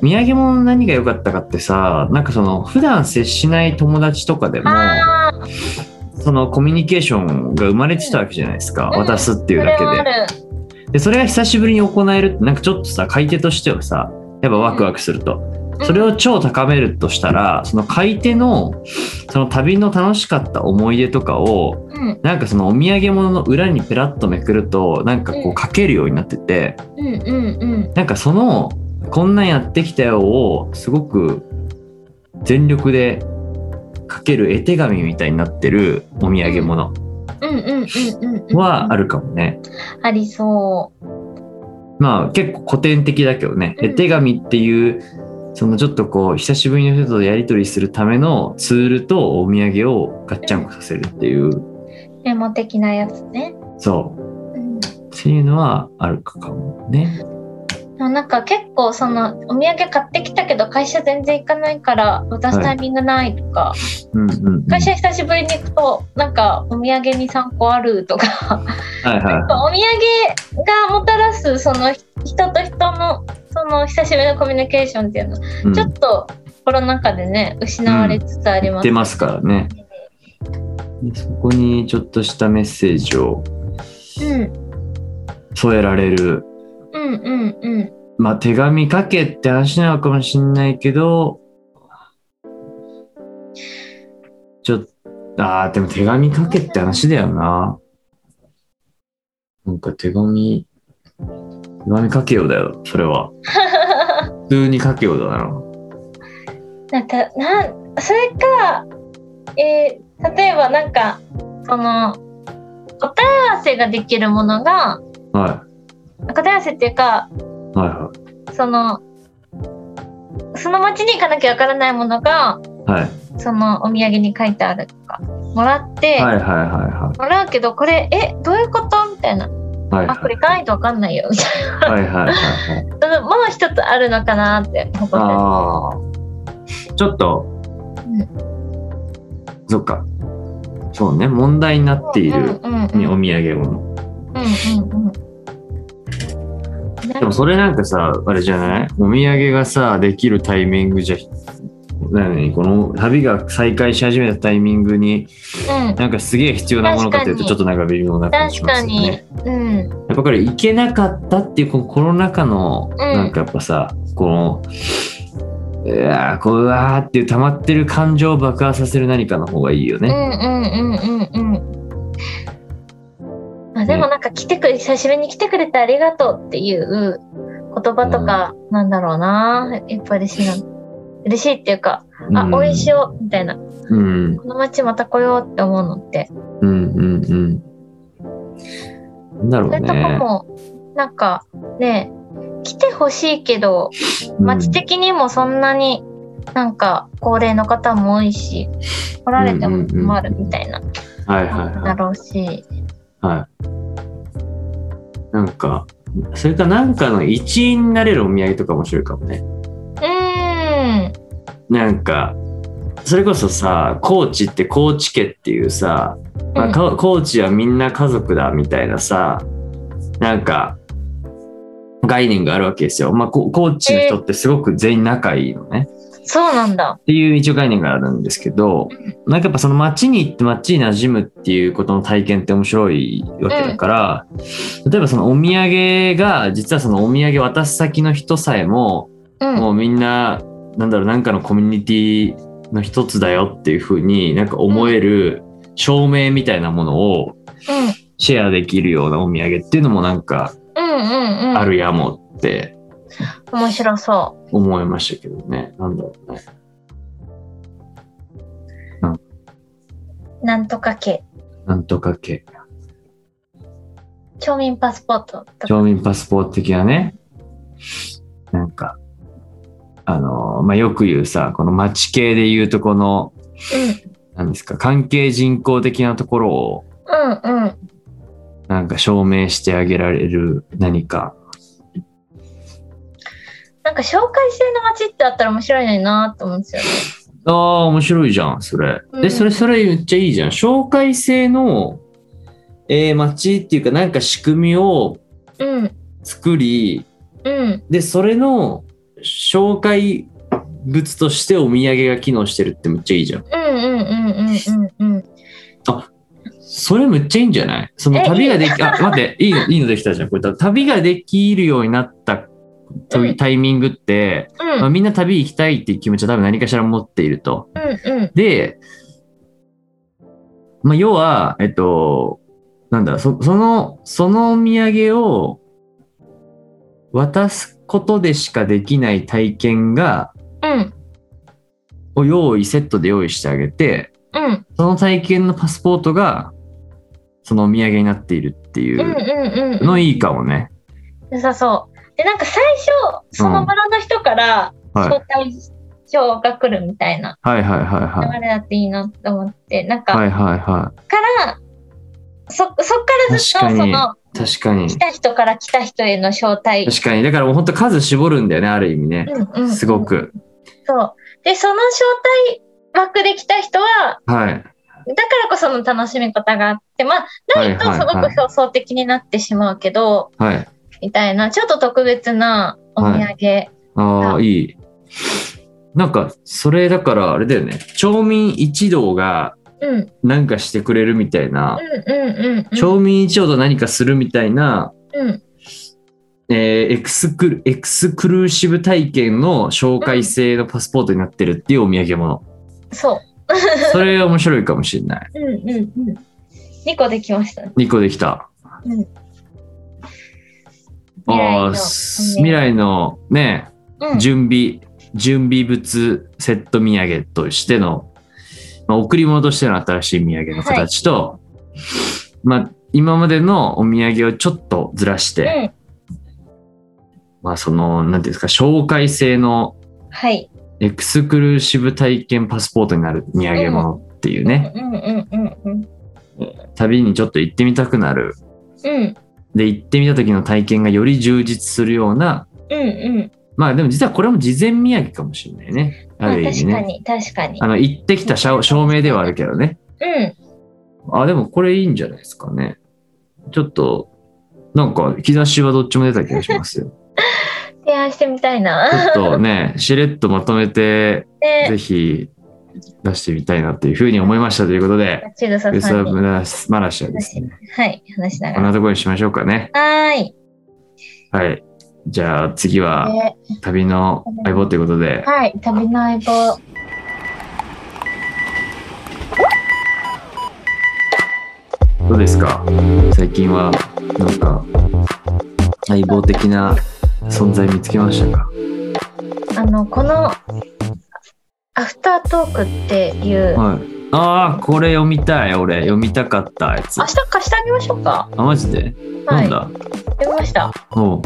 A: 土産物の何が良かったかってさ、なんかその、普段接しない友達とかでも、
B: ああ
A: そのコミュニケーションが生まれてたわけじゃないですか、
B: うん
A: 渡すって
B: そ
A: いうだ
B: れ
A: け
B: は
A: で
B: あ。る
A: でそれが久しぶりに行えるってなんかちょっとさ買い手としてはさやっぱワクワクすると、それを超高めるとしたらその買い手のその旅の楽しかった思い出とかを
B: うん
A: なんかそのお土産物の裏にペラッとめくるとなんかこ
B: うん
A: う書けるようになってて
B: うんうんうん
A: なんかその「こんなんやってきたよ」をすごく全力で書ける絵手紙みたいになってるお土産物
B: うんうんうんうんうん
A: はあるかもね。
B: ありそう
A: まあ結構古典的だけどね、
B: うん
A: 絵手紙っていうそのちょっとこう久しぶりの人とやり取りするためのツールとお土産をガッチャンコさせるっていう、
B: メモ的なやつね
A: そう。
B: うん
A: っていうのはあるかもね。
B: でもなんか結構そのお土産買ってきたけど会社全然行かないから渡すタイミングないとか、
A: うんうん、うん。
B: 会社久しぶりに行くとなんかお土産に3個あるとか
A: はいはい。
B: お土産がもたらすその人と人のその久しぶりのコミュニケーションっていうのは
A: うん
B: ちょっとコロナ禍でね失われつつあります
A: 出ますからね。でそこにちょっとしたメッセージを
B: うん
A: 添えられる。
B: うんうんうん
A: まあ手紙書けって話なのかもしんないけど、ちょっと、ああ、でも手紙書けって話だよな。なんか手紙、手紙書けよだよ、それ は。普通に書けよだな。
B: なんかなんそれか、えー例えばなんかその答え合わせができるものが
A: は
B: 答え合わせっていうか
A: い。はいは
B: そのその町に行かなきゃわからないものが
A: い。はい。
B: そのお土産に書いてあるとかもらって、
A: はいはいは
B: もらうけどこれえどういうことみたいな、
A: いはい。はい
B: あこれ行かないとわかんないよみたい
A: はいはいはい はい。
B: なもう一つあるのかなって思った
A: ああ。ちょっと、
B: うん
A: そっか。そうね、問題になっている、
B: うんうんうん
A: お土産物。
B: うんうんうん
A: でもそれなんかさ、あれじゃないお土産がさ、できるタイミングじゃ、なのに、この旅が再開し始めたタイミングに、
B: うん
A: なんかすげえ必要なものかというと、ちょ
B: 確か
A: っ
B: に
A: となんか微妙な感じし
B: 確
A: ま
B: か
A: すよ
B: に、
A: ね。
B: うん
A: やっぱこれ、行けなかったっていう、このコロナ禍の、なんかやっぱさ、この、うわーこううわーっていう溜まってる感情を爆発させる何かの方がいいよね。
B: うんうんうんうんうん。まあ、でもなんか来てくれ、久しぶりに来てくれてありがとうっていう言葉とかなんだろうな、やっぱ嬉しいな嬉しいっていうか「あ、応援しよう」みたいな「
A: う。うん、
B: この街また来よう」って思うのって
A: うん、うん、うん。なんだろう
B: そうい
A: ね
B: う。とこもなんかね来てほしいけど
A: うん
B: 街的にもそんなになんか高齢の方も多いし来られても困るみたいな
A: はいはい
B: だ
A: は
B: ろうし。
A: い。はい。なんか、それかなんかの一員になれるお土産とか面白いかもね。
B: うーん
A: なんか、それこそさ、高知って高知家っていうさ、まあ、か高知はみんな家族だみたいなさなんか概念があるわけですよ、まあ、こ高知の人ってすごく全員仲いいのね、
B: そうなんだ。
A: っていう一応概念があるんですけどなんかやっぱその街に行って街に馴染むっていうことの体験って面白いわけだから、例えばそのお土産が実はそのお土産渡す先の人さえも、
B: うん。
A: もうみんななんだろうなんかのコミュニティの一つだよっていうふうになんか思える証明みたいなものを
B: うん。
A: シェアできるようなお土産っていうのもなんか
B: うんうんうん。
A: あるやもって
B: 面白そ
A: 思いましたけどね。なんだろうね。
B: う。なんとか系。
A: なんとか系。
B: 町民パスポートとか。
A: 町民パスポート的なね。なんか、あのーまあ、よく言うさ、この町系で言うとこの、なんですか、関係人口的なところを
B: うん。うんうん。
A: なんか証明してあげられる何か。
B: なんか紹介制の街ってあったら面白いのになと思うんですよね。
A: ああ、面白いじゃん、それ。
B: う
A: え、
B: ん
A: それ、それめっちゃいいじゃん。紹介制の、えー、街っていうか、なんか仕組みを
B: うん。
A: 作り
B: うん。
A: でそれの紹介物としてお土産が機能してるってめっちゃいいじゃん
B: うんうんうんうんうんうん。
A: それめっちゃいいんじゃないその
B: え
A: 旅がで きあ待っていいのいいのできたじゃんこれ旅ができるようになったというタイミングって、
B: うん
A: まあ、みんな旅行きたいっていう気持ちは多分何かしら持っていると
B: うんうん。
A: で、まあ、要はえっとなんだそそのそのお土産を渡すことでしかできない体験が
B: うん。
A: を用意セットで用意してあげて
B: うん。
A: その体験のパスポートがそのお土産になっているってい
B: うんうん
A: う
B: うんうん。
A: のいいかもね。
B: 良さそう。で、なんか最初、その村の人から
A: はい、
B: 招待状が来るみたいな
A: はいはいはいは
B: 流れだっていいなと思って、なん
A: い。
B: か、
A: はいはいは
B: からそそっからずっと
A: 確か
B: そ
A: に
B: の
A: 確かに
B: 来。た人から来た人への招待
A: 確かに。だからもう本当数絞るんだよね、ある意味ね。
B: うんうん
A: すごく。
B: そうでその招待枠で来た人は
A: はい。
B: だからこその楽しみ方があってまあ
A: はい
B: ないと
A: はい
B: すごく
A: はい
B: 表層的になってしまうけど、
A: はい。
B: みたいなちょっと特別なお土産、
A: ああ、
B: はい
A: い。なんか、それだからあれだよね。町民一同が
B: うんうん
A: なんかしてくれるみたいな。
B: うんうんうん
A: 町民一同と何かするみたいな、
B: うん
A: えーエクスクルエクスクルーシブ体験の紹介制のパスポートになってるっていうお土産物。
B: そう
A: それ面白いかもしれない。
B: うんうんうん2個できましたね
A: 2個できた。
B: うん
A: ああ、
B: 未
A: 未
B: 来
A: 来のね、
B: うん
A: 準備準備物セット土産としての、まあ、贈り物としての新しい土産の形と、まあ今までのお土産をちょっとずらして、まあその何ていうんですか紹介制の
B: うんはい
A: エクスクルーシブ体験パスポートになる土産物っていうね、
B: うんうんうんうん
A: 旅にちょっと行ってみたくなる
B: うん
A: で行ってみた時の体験がより充実するような
B: うんうん
A: まあでも実はこれも事前土産かもしれないねあ
B: まあ
A: る意味
B: 確か
A: ね。
B: に確かに
A: あの行ってきた証証明ではあるけどね。
B: うん
A: あ、でもこれいいんじゃないですかね。ちょっと、なんか、兆しはどっちも出た気がします よ。
B: 提案してみたい
A: ちょ
B: な
A: っとね、しれっとまとめて、
B: で
A: ぜひ出してみたいなっていうふうに思いましたということで、
B: 千草さん
A: ウ
B: に
A: スラブラスマラシアですね。
B: はい話しな
A: こ
B: が
A: ん
B: ら
A: なところにしましょうかね。
B: はーい
A: はい。じゃあ次は、
B: で
A: 旅の相棒ということで、
B: はい旅の相棒
A: どうですか最近は、なんか、相棒的な存在見つけましたか
B: あのこのアフタートークっていう
A: はい。ああ、これ読みたい、俺。読みたかったやつ。
B: 明
A: あ、
B: 日貸してあげましょうか。
A: マジで、
B: はい。読
A: なんだ
B: みました。
A: おう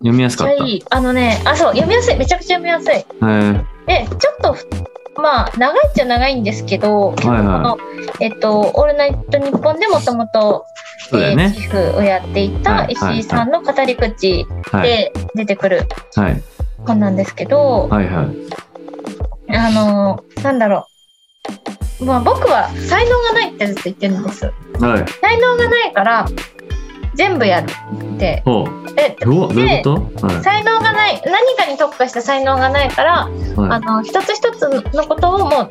A: 読みやすか
B: め
A: っ
B: っち
A: た。
B: ゃ
A: へ
B: いい。あのね、あ、そう、読みやすい。めちゃくちゃ読みやすい。
A: えー、
B: で、ちょっとふ、まあ、長いっちゃ長いんですけど、結構この、えっと、オールナイトニッポンでもともと、
A: そうだよ
B: えー
A: ね。
B: チーフをやってい
A: は
B: た
A: いはい
B: 石井さんの語り口
A: はい。
B: で出てくる
A: はい。
B: 本なんですけど、
A: はいはい。
B: あのー、なんだろう。まあ、僕は才能がないってずっと言ってるんです。
A: はい。
B: 才能がないから、全部やるって。
A: ほう。
B: え
A: どうどういうことは
B: 才能がない何かに特化した才能がないから、
A: い。は
B: あの一つ一つのことをもう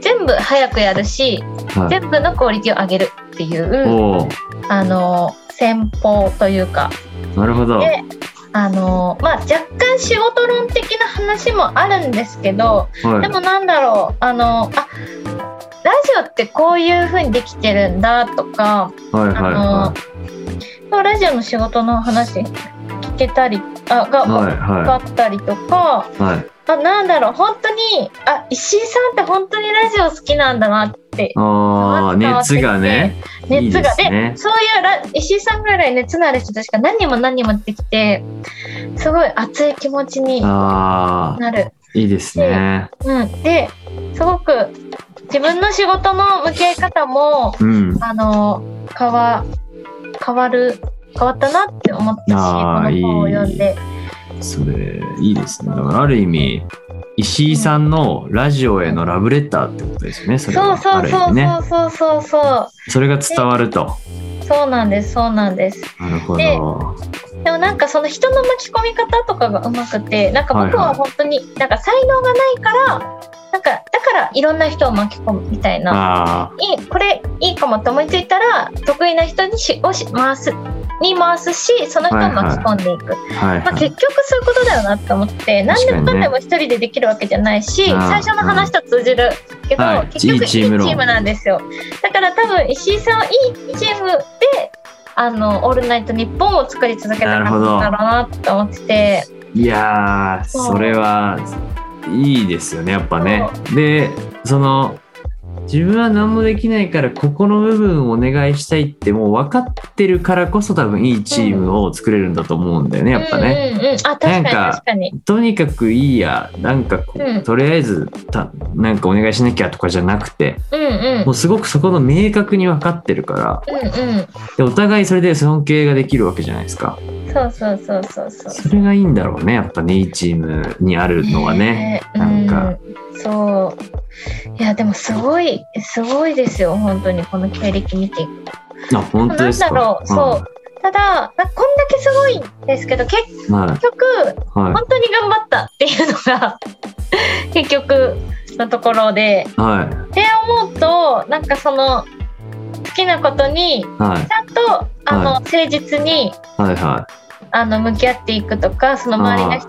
B: 全部早くやるし、
A: い。はい。
B: 全部のクオリティを上げるっていう
A: おお
B: あの戦法というか
A: なるほど。はい。
B: であの、まあ、若干仕事論的な話もあるんですけどでもなんだろうあのあラジオってこういう風にできてるんだとか
A: はいはいは
B: ラジオの仕事の話聞けたりあが
A: い。は
B: 分
A: いは
B: かったりとか。
A: い。はい。
B: あなんだろう本当にあ石井さんって本当にラジオ好きなんだなって
A: ああ、
B: 変わって
A: 熱
B: きて
A: がね。いい
B: 熱
A: で
B: が
A: す
B: で
A: ね。
B: そういうラ石井さんぐらい熱のある人たちが何人も何人もできてすごい熱い気持ちに
A: ああ、
B: なる。
A: いいですね。
B: うん、ですごく自分の仕事の向き合い方も
A: うん。
B: あの変わ変わる変わったなって思ったし
A: あー
B: この本を読んで。
A: それ、いいですね。だからある意味、石井さんのラジオへのラブレターってことですよね。それ
B: そう
A: は
B: そ
A: あ
B: う
A: る意
B: そ
A: 味
B: う
A: ね。
B: そうそうそう
A: それが伝わると。
B: そうなんですそうなんです。
A: なるほ
B: で
A: ど。
B: でもなんかその人の巻き込み方とかがうまくてなんか僕
A: はいは
B: はい本当になんか才能がないからなんかだからいろんな人を巻き込むみたいな
A: あ
B: いいこれいいかもと思いついたら得意な人にしをし回すに回すしその人を巻き込んでいく、
A: あ、はい
B: まあ、
A: はい。
B: 結局そういうことだよなって思って何でもかんでも一人でできるわけじゃないし、
A: うん
B: 最初の話と通じるけど、
A: はい
B: 結
A: い
B: 局い
A: い
B: い
A: チ
B: チ
A: ーム論
B: ームなんですよだから多分石井さんはいいチームであの「オールナイトニッポン」を作り続けたかったんだろうなって思ってて
A: いやー、
B: そう
A: それは、いいですよね、やっぱね。で、その、自分は何もできないからここの部分をお願いしたいってもう分かってるからこそ多分いいチームを作れるんだと思うんだよねやっぱね。
B: うんうんうん、あ確か
A: なん
B: に
A: か
B: 確かに。
A: とにかくいいやなんかこう、
B: うん
A: とりあえずたなんかお願いしなきゃとかじゃなくて
B: うんうん
A: もうすごくそこの明確に分かってるから
B: うん
A: でお互いそれで尊敬ができるわけじゃないですか
B: うん。そうそうそうそうそう。
A: それがいいんだろうねやっぱねいいチームにあるのはね
B: えー
A: なんか、
B: うんそういやでもすごいすごいですよ本当にこの経歴見ていく
A: あ本当ですか
B: なんだろうそうただなんかこんだけすごいんですけど
A: う
B: 結
A: んは
B: 局
A: いは
B: 本当に頑張ったっていうのが 結局のところで
A: いは
B: 思うとなんかその好きなことに
A: いはい
B: ちゃんとあの、誠実に
A: はいは
B: あの向き合っていくとかその周りの人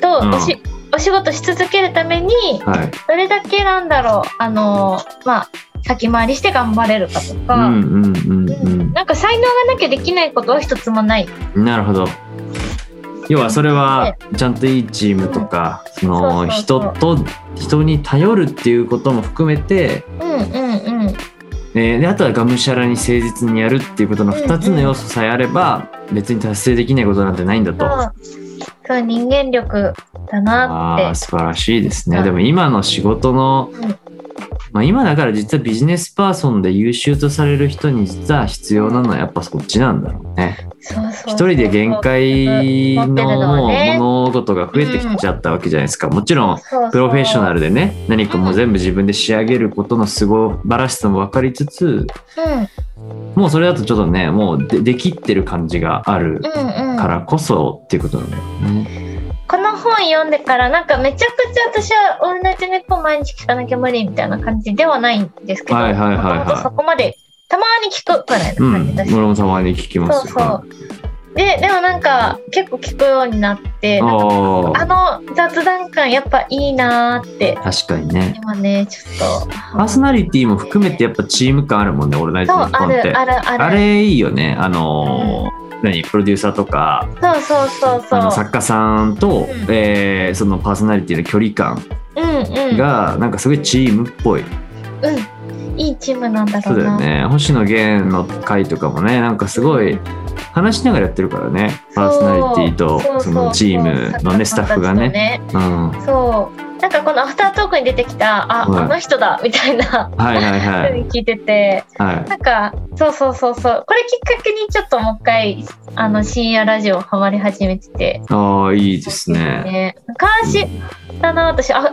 B: と
A: うん
B: おし、お仕事し続けるために
A: いはい
B: どれだけなんだろうあのまあ先回りして頑張れるかと
A: う
B: か、
A: んうんうんうん
B: なんか才能がなきゃできないことは一つもない。
A: なるほど。要はそれはちゃんといいチームとか、その
B: そうそ
A: 人と人に頼るっていうことも含めて、
B: うんうんうん。
A: えーであとはがむしゃらに誠実にやるっていうことの2つの要素さえあれば別に達成できないことなんてないんだと。
B: そうそう人間力だな
A: あー
B: って。
A: 素晴らしいですね。
B: うん
A: でも今の仕事の
B: うん、
A: まあ、今だから実はビジネスパーソンで優秀とされる人に実は必要なのはやっぱそっちなんだろうね。
B: そうそうそう
A: 一人で限界のもう物事が増えてきちゃったわけじゃないですか。もちろん
B: そうそう
A: プロフェッショナルでね何かもう全部自分で仕上げることのすごばらしさも分かりつつ
B: うん
A: もうそれだとちょっとねもうでできってる感じがある
B: うんうん。
A: からこそっていうことなんだよね。
B: この本読んでからなんかめちゃくちゃ私は「オールナイトニッポン」毎日聞かなきゃ無理みたいな感じではないんですけど、
A: はいはいはいはい
B: もともとそこまでたまに聞くくらいの
A: うん
B: 感じだし、
A: 俺もたまに聞きま
B: そう
A: すよ。
B: そうででもなんか結構聞くようになってなんか
A: ああ
B: あの雑談感やっぱいいなーって
A: 確かにね。
B: 今ねちょっと
A: パーソナリティも含めてやっぱチーム感あるもんね俺ナイ
B: そう
A: トニッポ
B: あ
A: ンって
B: る。あるある
A: あれいいよね。あのー何プロデューサーとか
B: そうそうそうそ
A: あの
B: う
A: 作家さんと、
B: うん
A: えーそのパーソナリティの距離感
B: うんうん
A: がなんかすごいチームっぽい、
B: うんいいチームなんだろ
A: そう
B: う
A: だ
B: な
A: よね星野源の回とかもねなんかすごい話しながらやってるからねパーソナリティ
B: そうそう
A: とそのチームのねスタッフがね。うん、は
B: そうなんかこのアフタートークに出てきたあ、
A: はい
B: あの人だみたいない
A: はいは
B: 風
A: い
B: に聞いてて
A: はい
B: なんかそうそうそうそうこれきっかけにちょっともう一回あの深夜ラジオハマり始めてて
A: ああいいですね
B: 関心だな私あ俺なん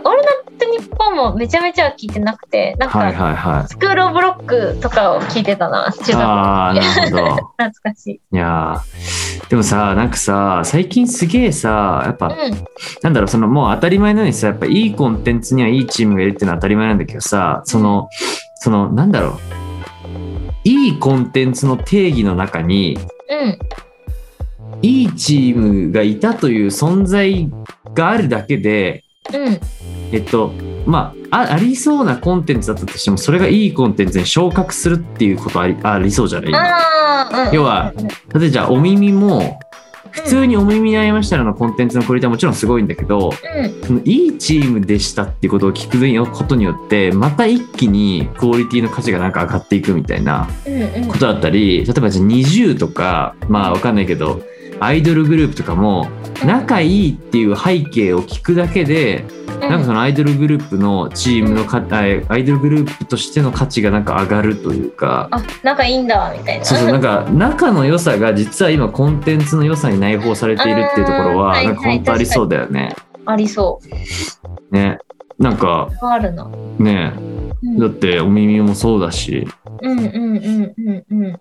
B: て日本もめちゃめちゃは聞いてなくてなんか、
A: はいはいは
B: スクール・オブ・ロックとかを聞いてたな中
A: い
B: 学の
A: ああなるほど
B: 懐かしい、
A: いやーでもさなんかさ最近すげえさやっぱ
B: うん、
A: なんだろうそのもう当たり前のようにさやっぱいいコンテンツにはいいチームがいるっていうのは当たり前なんだけどさそのそのなんだろういいコンテンツの定義の中に
B: うん
A: いいチームがいたという存在があるだけで
B: うん
A: えっとまああありそうなコンテンツだったとしてもそれがいいコンテンツに昇格するっていうことありありそうじゃない今
B: ああ、うん、
A: 要は例えばじゃあお耳も普通にお耳に合いましたらのコンテンツのクオリティはもちろんすごいんだけど、
B: うん
A: そのいいチームでしたっていうことを聞くことによってまた一気にクオリティの価値がなんか上がっていくみたいな
B: うんうん
A: ことだったり例えばじゃあ20とかまあわかんないけどアイドルグループとかも仲いいっていう背景を聞くだけで
B: うん
A: なんかそのアイドルグループのチームのかあアイドルグループとしての価値がなんか上がるというか。
B: あなんかいいんだみたいな
A: そうそうなんか仲の良さが実は今コンテンツの良さに内包されているっていうところ
B: あ
A: は
B: ー
A: なんか本当ありそうだよね。
B: ありそう
A: ねなんか
B: あるな
A: ね
B: うん
A: だってお耳もそうだし
B: うんうんうんうんうん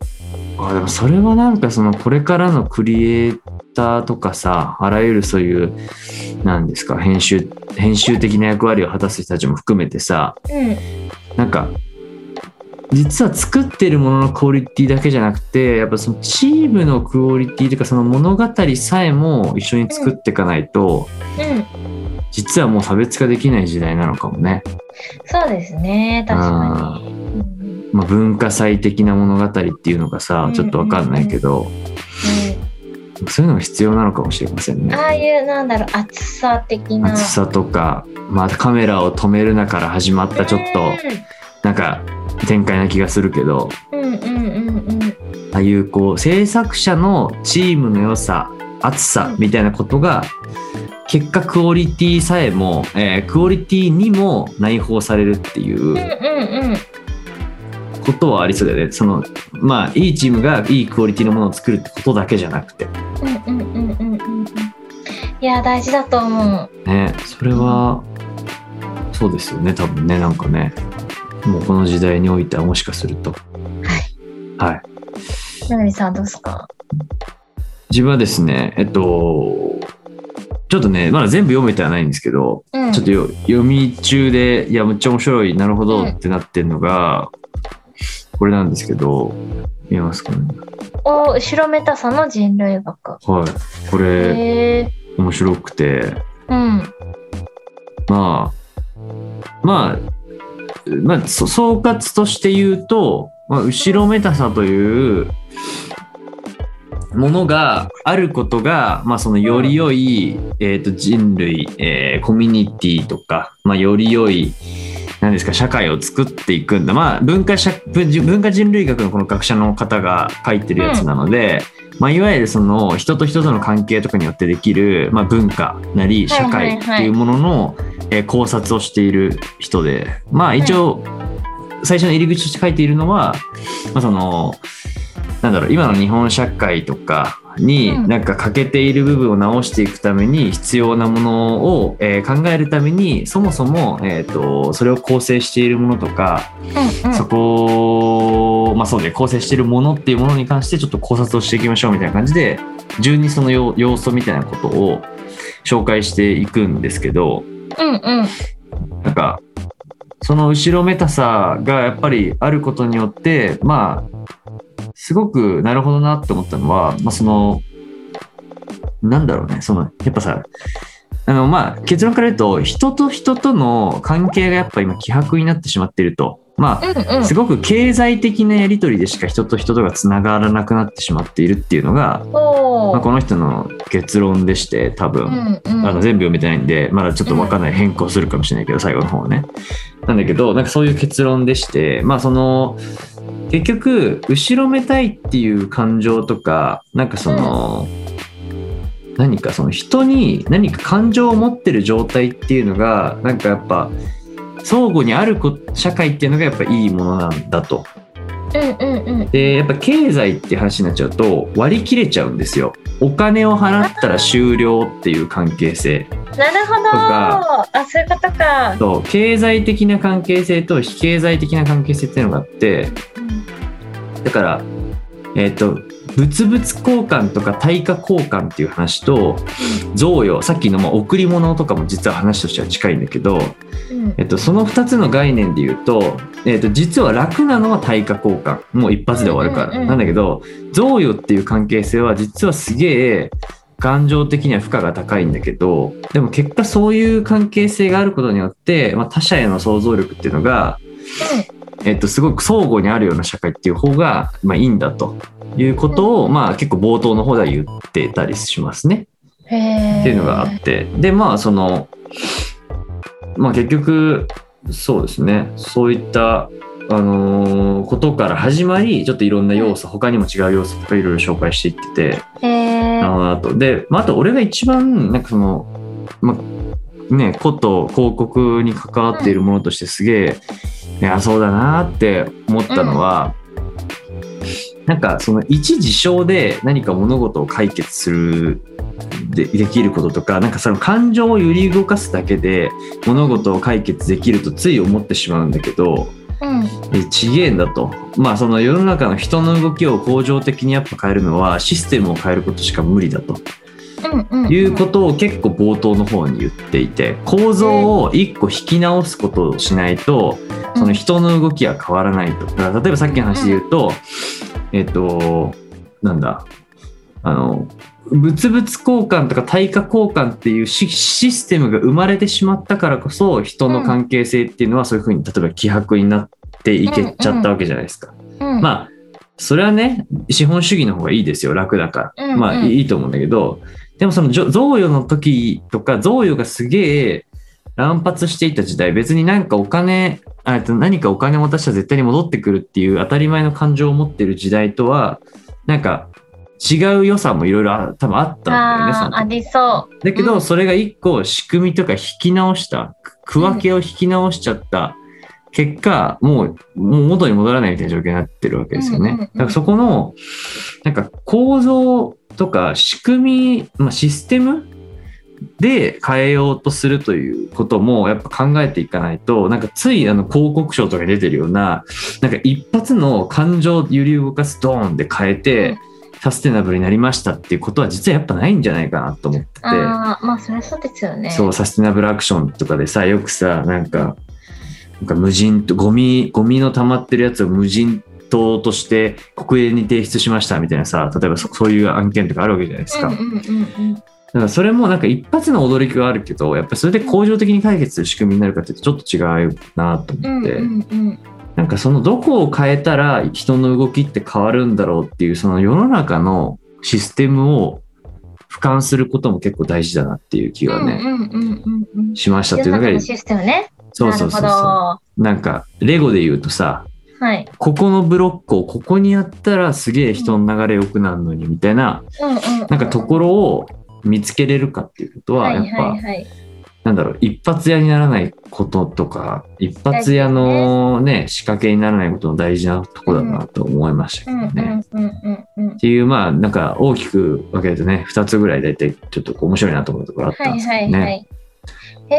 A: あでもそれはなんかそのこれからのクリエイターとかさあらゆるそういうなんですか編集編集的な役割を果たす人たちも含めてさ
B: うん
A: なんか実は作ってるもののクオリティだけじゃなくてやっぱそのチームのクオリティというかその物語さえも一緒に作っていかないと
B: うん
A: 実はもう差別化できない時代なのかもね、
B: そうですね確かにうんうん
A: まあ、文化祭的な物語っていうのがさちょっとわかんないけど、
B: うん
A: そういうのが必要なのかもしれませんね
B: ああいうなんだろう暑さ的な
A: 暑さとか、まあ、カメラを止めるなから始まったちょっとなんか展開な気がするけど
B: うんうんうんうんうん
A: ああいうこう制作者のチームの良さ熱さみたいなことが結果クオリティさえも、えークオリティにも内包されるっていう
B: うんうん
A: ことはありそうだよねそのまあいいチームがいいクオリティのものを作るってことだけじゃなくて
B: うんうんうんうんうんうんいや大事だと思う
A: ねそれはそうですよね多分ねなんかねもうこの時代においてはもしかするとはい
B: ななみさんどうですか
A: 自分はですねえっとちょっとねまだ全部読めてはないんですけど
B: うん
A: ちょっとよ読み中で、いや、めっちゃ面白い、なるほどってなってんのが、これなんですけど、見えますかね。
B: お後ろめたさの人類学
A: はい。こ
B: へ
A: れ、
B: え
A: 面白くて、
B: うん
A: まあ、まあ、まあ、そ総括として言うと、まあ、後ろめたさというものがあることが、まあ、そのより良い、えー、と人類、えーコミュニティとか、まあ、より良い何ですか社会を作っていくんだ、まあ、文化社文文化人類学のこの学者の方が書いてるやつなので、まあ、いわゆるその人と人との関係とかによってできる、まあ、文化なり社
B: は
A: 会
B: いはい
A: って
B: はい
A: いうものの、えー考察をしている人でまあ一応、最初の入り口として書いているのは、まあ、そのなんだろう今の日本社会とかに
B: うん
A: なんか欠けている部分を直していくために必要なものを、えー考えるためにそもそも、えー、とそれを構成しているものとか、
B: うん
A: そこをまあそうね構成しているものっていうものに関してちょっと考察をしていきましょうみたいな感じで順にその要要素みたいなことを紹介していくんですけど、
B: うんうんうん
A: なんかその後ろめたさがやっぱりあることによってまあすごくなるほどなって思ったのは、まあ、そのなんだろうねそのやっぱさあのまあ結論から言うと人と人との関係がやっぱ今希薄になってしまっているとまあ
B: うんうん
A: すごく経済的なやり取りでしか人と人とがつながらなくなってしまっているっていうのが、
B: おお
A: まあ、この人の結論でして多分。
B: うんうん
A: あの全部読めてないんで、まだちょっとわかんない変更するかもしれないけど、最後の方はね。なんだけど、なんかそういう結論でして、まあその、結局、後ろめたいっていう感情とか、なんかその、何かその人に何か感情を持ってる状態っていうのが、なんかやっぱ、相互にあるこ社会っていうのがやっぱいいものなんだと。
B: うんうんうん
A: で、やっぱ経済って話になっちゃうと割り切れちゃうんですよ。お金を払ったら終了っていう関係性。
B: なるほど
A: か
B: あそういうことか
A: そう経済的な関係性と非経済的な関係性っていうのがあって
B: うん
A: だからえっ、と物々交換とか対価交換っていう話と贈与さっきのまあ贈り物とかも実は話としては近いんだけど、
B: うん
A: えっとその2つの概念で言うと,、えっと実は楽なのは対価交換もう一発で終わるから、
B: うんうんうん
A: なんだけど贈与っていう関係性は実はすげえ感情的には負荷が高いんだけどでも結果そういう関係性があることによって、まあ、他者への想像力っていうのが、えっとすごく相互にあるような社会っていう方が、まあ、いいんだということを、まあ、結構冒頭の方では言ってたりしますね。
B: へえ
A: っていうのがあってでまあそのまあ結局そうですねそういった、あのーことから始まりちょっといろんな要素他にも違う要素とかいろいろ紹介していってて
B: へえ
A: なるほどなとで、まあ、あと俺が一番なんかそのまあねこと広告に関わっているものとしてすげえ、いやそうだなって思ったのは、なんかその一事象で何か物事を解決するでできることとかなんかその感情を揺り動かすだけで物事を解決できるとつい思ってしまうんだけど
B: うん
A: えちげえんだとまあその世の中の人の動きを恒常的にやっぱ変えるのはシステムを変えることしか無理だと
B: うんうん
A: いうことを結構冒頭の方に言っていて構造を一個引き直すことをしないとその人の動きは変わらないと。だから例えばさっきの話で言うと、えっ、と、なんだ、あの、物々交換とか対価交換っていうシシステムが生まれてしまったからこそ人の関係性っていうのはそういうふうに例えば希薄になっていけちゃったわけじゃないですか。
B: うん
A: まあそれはね、資本主義の方がいいですよ、楽だから。
B: うんうん
A: まあ、いいと思うんだけど、でもそのじょ贈与の時とか、贈与がすげえ乱発していた時代、別になんかお金、あえっと何かお金を渡したら絶対に戻ってくるっていう当たり前の感情を持ってる時代とは、なんか違う良さもいろいろ多分あったんだよね、そ
B: あ
A: の
B: ーありそう。
A: だけ
B: う
A: ど、
B: ん
A: それが一個仕組みとか引き直した、く区分けを引き直しちゃった結果、もう、もう元に戻らないみたいな状況になってるわけですよ
B: うんうんうん
A: ね。だからそこの、なんか構造とか仕組み、まあ、システムで変えようとするということもやっぱ考えていかないと、なんかついあの広告賞とかに出てるような、なんか一発の感情を揺り動かすドーンで変え
B: うん
A: て、サステナブルになりましたっていうことは実はやっぱないんじゃないかなと思ってて。
B: ああ、まあ、そりゃそうですよね。
A: そうサステナブルアクションとかでさよくさなんかなんか無人とゴミゴミの溜まってるやつを無人島として国営に提出しましたみたいなさ例えばそそういう案件とかあるわけじゃないですか、
B: うん
A: だ
B: うんうんうん。
A: からそれもなんか一発の驚きがあるけどやっぱりそれで恒常的に解決する仕組みになるかっていうとちょっと違うなと
B: う
A: 思っ
B: んう
A: て、
B: んうん。
A: なんかそのどこを変えたら人の動きって変わるんだろうっていうその世の中のシステムを俯瞰することも結構大事だなっていう気がね、
B: うんうんうんうんうん。
A: しましたってい
B: 世
A: うのが
B: の中のシステムね。
A: そうそうそう
B: なるほ
A: そ
B: ど。
A: う。なんか、レゴで言うとさ、
B: はい。
A: ここのブロックをここにやったらすげえ人の流れ良くなるのにみたいな、
B: うんうんうん。
A: なんかところを見つけれるかっていうことは、
B: はい
A: やっ
B: はい
A: ぱ、
B: はい。
A: なんだろう、一発屋にならないこととか、一発屋のね、仕掛けにならないことの大事なとこだなと思いましたけ
B: うんう
A: どね。
B: んうんうんうん
A: っ。ていう、まあ、なんか大きく分けるとね、2つぐらい大体ちょっとこう面白いなと思うところあっ
B: は
A: たん
B: い
A: ですけ
B: は
A: ど
B: いは
A: ね。
B: い。へ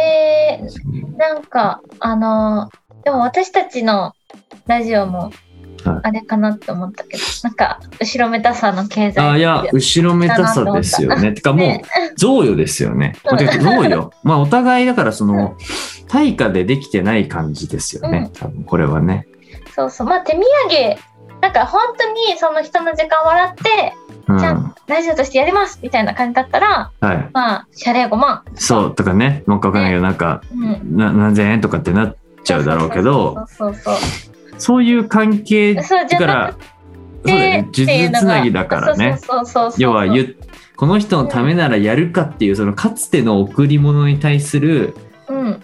B: え、
A: そう
B: なんか、あのーでも私たちのラジオも
A: はい、
B: あれかなって思ったけど、なんか、後ろめたさの経済。
A: あいや、後ろめたさですよね。てかも
B: ね
A: う、贈与ですよ ね。
B: うん
A: てか贈与。まあ、お互いだから、その、対価でできてない感じですよ
B: う
A: ね。多分これはね。
B: そうそう。まあ、手土産、なんか本当にその人の時間を笑って、
A: うん。
B: じゃ
A: は
B: ラジオとしてやりますみたいな感じだったら、
A: い。
B: まあ、謝礼5万。
A: そう、とかね、なんかわかんないけど、なんか、
B: うん。
A: な何千円とかってなっちゃうだろうけど、
B: そうそうそう
A: そういう関係
B: そ
A: だ
B: う。そうじゃ
A: か
B: な
A: ら
B: く、
A: そうだよ
B: て、
A: ね。数珠つなぎだからね。
B: そうそうそうそうそう。
A: 要は言うこの人のためならやるかっていう、そのかつての贈り物に対する、
B: うん。うん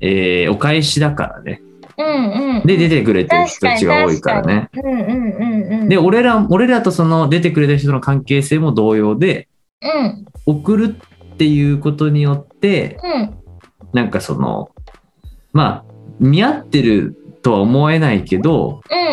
A: えーお返しだからね。
B: うん。
A: で出てくれてる人たちが多いからね。
B: うんうんうんうん。
A: で俺ら俺らとその出てくれた人の関係性も同様で
B: うん
A: 送るっていうことによって
B: うん
A: なんかそのまあ見合ってるとは思えないけど
B: うんう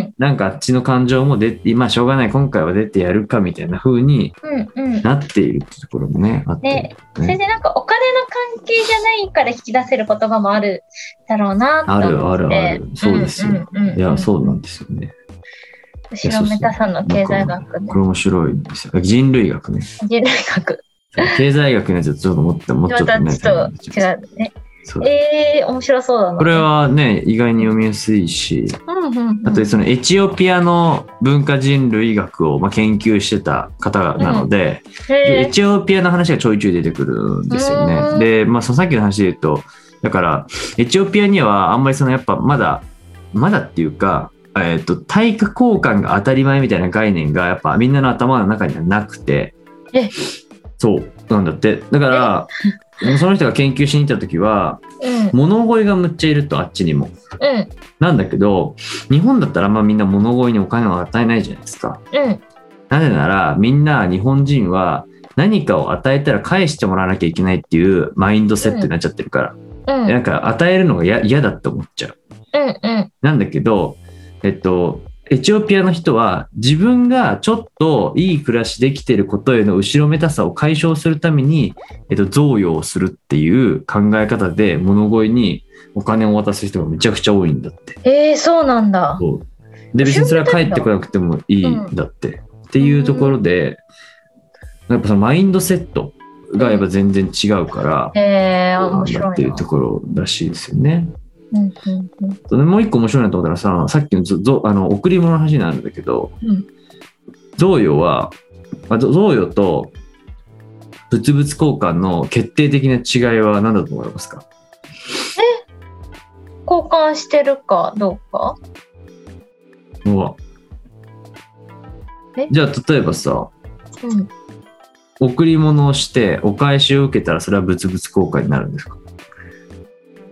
B: ん
A: なんかあっちの感情も出てまあしょうがない今回は出てやるかみたいな風に
B: うんうんうん。
A: なっているってところもねあって、
B: ねそれ
A: ね
B: でなんかお金の関係じゃないから引き出せる言葉もあるだろうなと思って。
A: あるあるあるそうですよ
B: んんんん
A: いやそうなんですよね
B: 後ろめたさの経済学ね
A: これ面白いんですよ人類学ね
B: 人類学。
A: 経済学のやつはちょっともっともうち
B: ま
A: ょっと
B: た
A: ね
B: ちょっと違うね。
A: そう
B: ええー、面白そうだな。
A: これ。はね意外に読みやすいし
B: うんうん、うん。
A: あとそのエチオピアの文化人類学をまあ研究してた方なので、エ
B: へ
A: チオピアの話がちょいちょい出てくるんですよ
B: うん
A: ね。で、まあ、そのさっきの話で言うとだからエチオピアにはあんまりそのやっぱまだまだっていうか、えっと対価交換が当たり前みたいな概念がやっぱみんなの頭の中にはなくて
B: え
A: そうなんだってだからその人が研究しに行った時は
B: えうん
A: 物乞いがむっちゃいるとあっちにも。
B: うん
A: なんだけど、日本だったらあんまみんな物乞いにお金を与えないじゃないですか。
B: うん
A: なぜなら、みんな日本人は何かを与えたら返してもらわなきゃいけないっていうマインドセットになっちゃってるから、
B: うん
A: なんか与えるのがや嫌だって思っちゃう。
B: うんうん
A: なんだけど、えっと、エチオピアの人は自分がちょっといい暮らしできてることへの後ろめたさを解消するために、えっと、贈与をするっていう考え方で物乞いにお金を渡す人がめちゃくちゃ多いんだって。
B: ええー、そうなんだ。
A: そうで別にそれは帰ってこなくてもいいんだって、っていうところでやっぱそのマインドセットがやっぱ全然違うから、
B: ええー、
A: そう
B: 面
A: なんだ
B: 白
A: っ
B: い
A: てい
B: な
A: う。ところらしいですよね。
B: うんうんうん
A: でもう一個面白いなと思ったらささっきのぞぞあの贈り物の話なんだけど
B: うん
A: 贈与はあぞ贈与と物々交換の決定的な違いは何だと思いますか
B: 交換してるかどうか
A: もう
B: え
A: じゃあ例えばさ
B: うん、
A: 贈り物をしてお返しを受けたらそれは物々交換になるんですか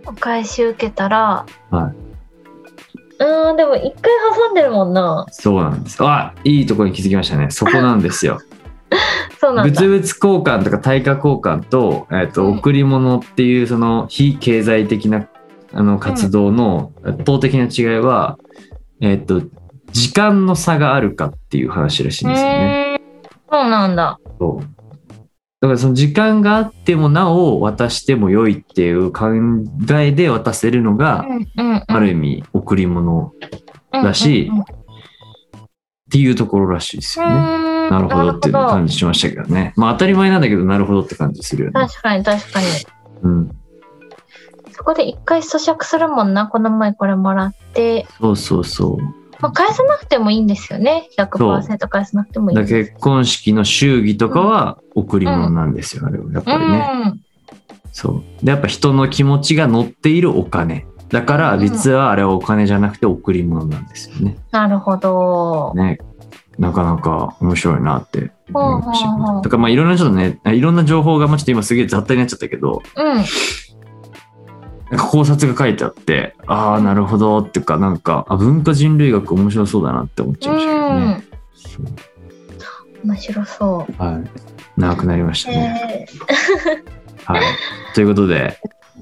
B: お返し受けたら、、
A: はい
B: うんでも一回挟んでるもんな
A: そうなんですあいいとこに気づきましたねそこなんです よ
B: そうなん
A: 物
B: だ
A: 々交換とか対価交換と,、えー、と
B: うん
A: 贈り物っていうその非経済的なあの活動の圧倒的な違いは、えっと時間の差があるかっていう話らしいんですよね。
B: へーそうなんだ
A: そうだからその時間があってもなお渡しても良いっていう考えで渡せるのが、ある意味贈り物だし
B: うんうんうん
A: っていうところらしいですよね。
B: うん
A: なるほどっていう
B: なるほど
A: 感じしましたけどね。まあ当たり前なんだけどなるほどって感じするよね。
B: 確かに確かに
A: うん、
B: そこで一回咀嚼するもんなこの前これもらって、
A: そうそうそう。
B: まあ、返さなくてもいいんですよね100%返さなくてもいい
A: だから結婚式の祝儀とかは贈り物なんですよ、あれはやっぱりね。そうでやっぱ人の気持ちが乗っているお金。だから
B: うんうん
A: 実はあれはお金じゃなくて贈り物なんですよね。
B: うん、なるほど、
A: ね、なかなか面白いなって思いましたけ
B: ほうほうほ
A: ど。
B: う
A: だからまあいろんなちょっとね、いろんな情報がまあちょっと今すげえ雑多になっちゃったけど、
B: うん
A: なんか考察が書いてあって、ああ、なるほどっていうか、なんか、あ文化人類学面白そうだなって思っちゃいましたけどね。そ
B: うん面白そう、
A: うはい。長くなりましたね。
B: えー
A: はい。ということで、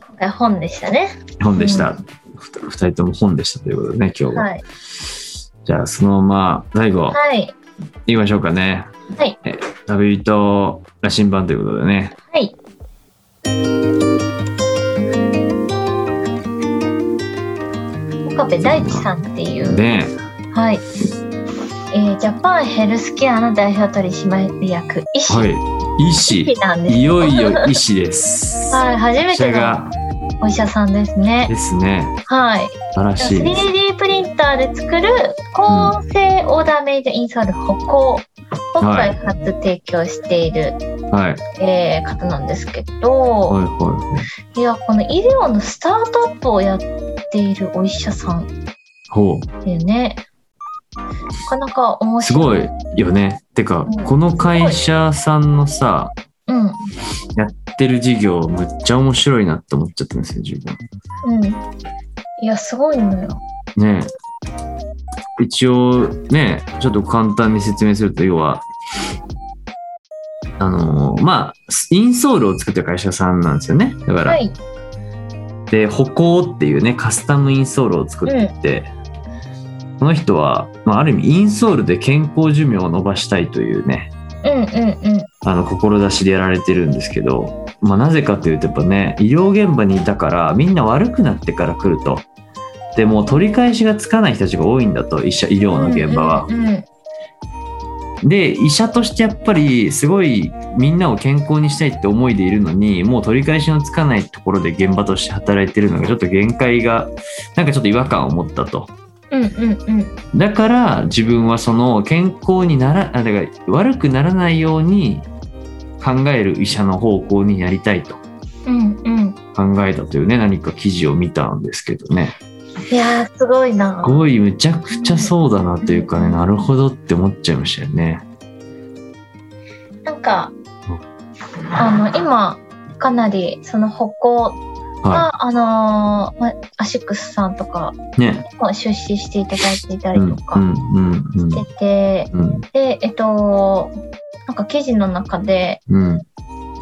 B: 今回本でしたね
A: 本でした。ふた二人とも本でしたということでね、今日は。
B: はい
A: じゃあ、そのまま、最後、
B: はい
A: 言いましょうかね。
B: はい
A: え。旅人羅針盤ということでね。
B: はい岡部大地さんっていう
A: で、
B: はい、えージャパンヘルスケアの代表取締役医師、
A: はい。医
B: 医師
A: 師。
B: なんです
A: いよいよ医師です。
B: はい初めて
A: 医者
B: の
A: が
B: お医者さんですね
A: ですね。
B: はい
A: 素晴らしいです。
B: 3D プリンターで作る高性オーダーメイドインソール歩行を開発提供している、
A: はい。はい
B: えー方なんですけど、
A: はいはい。
B: いやこの医療のスタートアップをやっているお医者さんっ
A: ほう。
B: ていうねなかなか面
A: す
B: 白
A: ご
B: い
A: いよね。てか、
B: うん
A: この会社さんのさ、
B: うん
A: やってる事業、むっちゃ面白いなって思っちゃったんですよ、自分。
B: うんいやすごいのよ
A: ねえ一応、ねちょっと簡単に説明すると、要は、あのーまあ、インソールを作ってる会社さんなんですよね。だから、
B: はい
A: で、歩行っていうね、カスタムインソールを作ってて、この人は、まあ、ある意味、インソールで健康寿命を伸ばしたいというね、
B: うんうんうん
A: あの志でやられてるんですけど、まあ、なぜかというとやっぱね医療現場にいたからみんな悪くなってから来るとでもう取り返しがつかない人たちが多いんだと医者医療の現場は。
B: うんうんうん
A: で医者としてやっぱりすごいみんなを健康にしたいって思いでいるのにもう取り返しのつかないところで現場として働いてるのがちょっと限界がなんかちょっと違和感を持ったと。
B: うんうんうん
A: だから自分はその健康にならあだから悪くならないように考える医者の方向にやりたいと
B: うんうん
A: 考えたというね何か記事を見たんですけどね
B: いやーすごいな
A: すごいむちゃくちゃそうだなというかね
B: うん
A: なるほどって思っちゃいましたよね。
B: なんか、あの、今、かなり、その歩行が、
A: は
B: あのーまアシックスさんとか、
A: い、ね。
B: まあ出資していただいていた
A: う
B: り
A: ん
B: とか
A: うんうん
B: してて、
A: うん
B: で、えっと、なんか記事の中で、
A: うん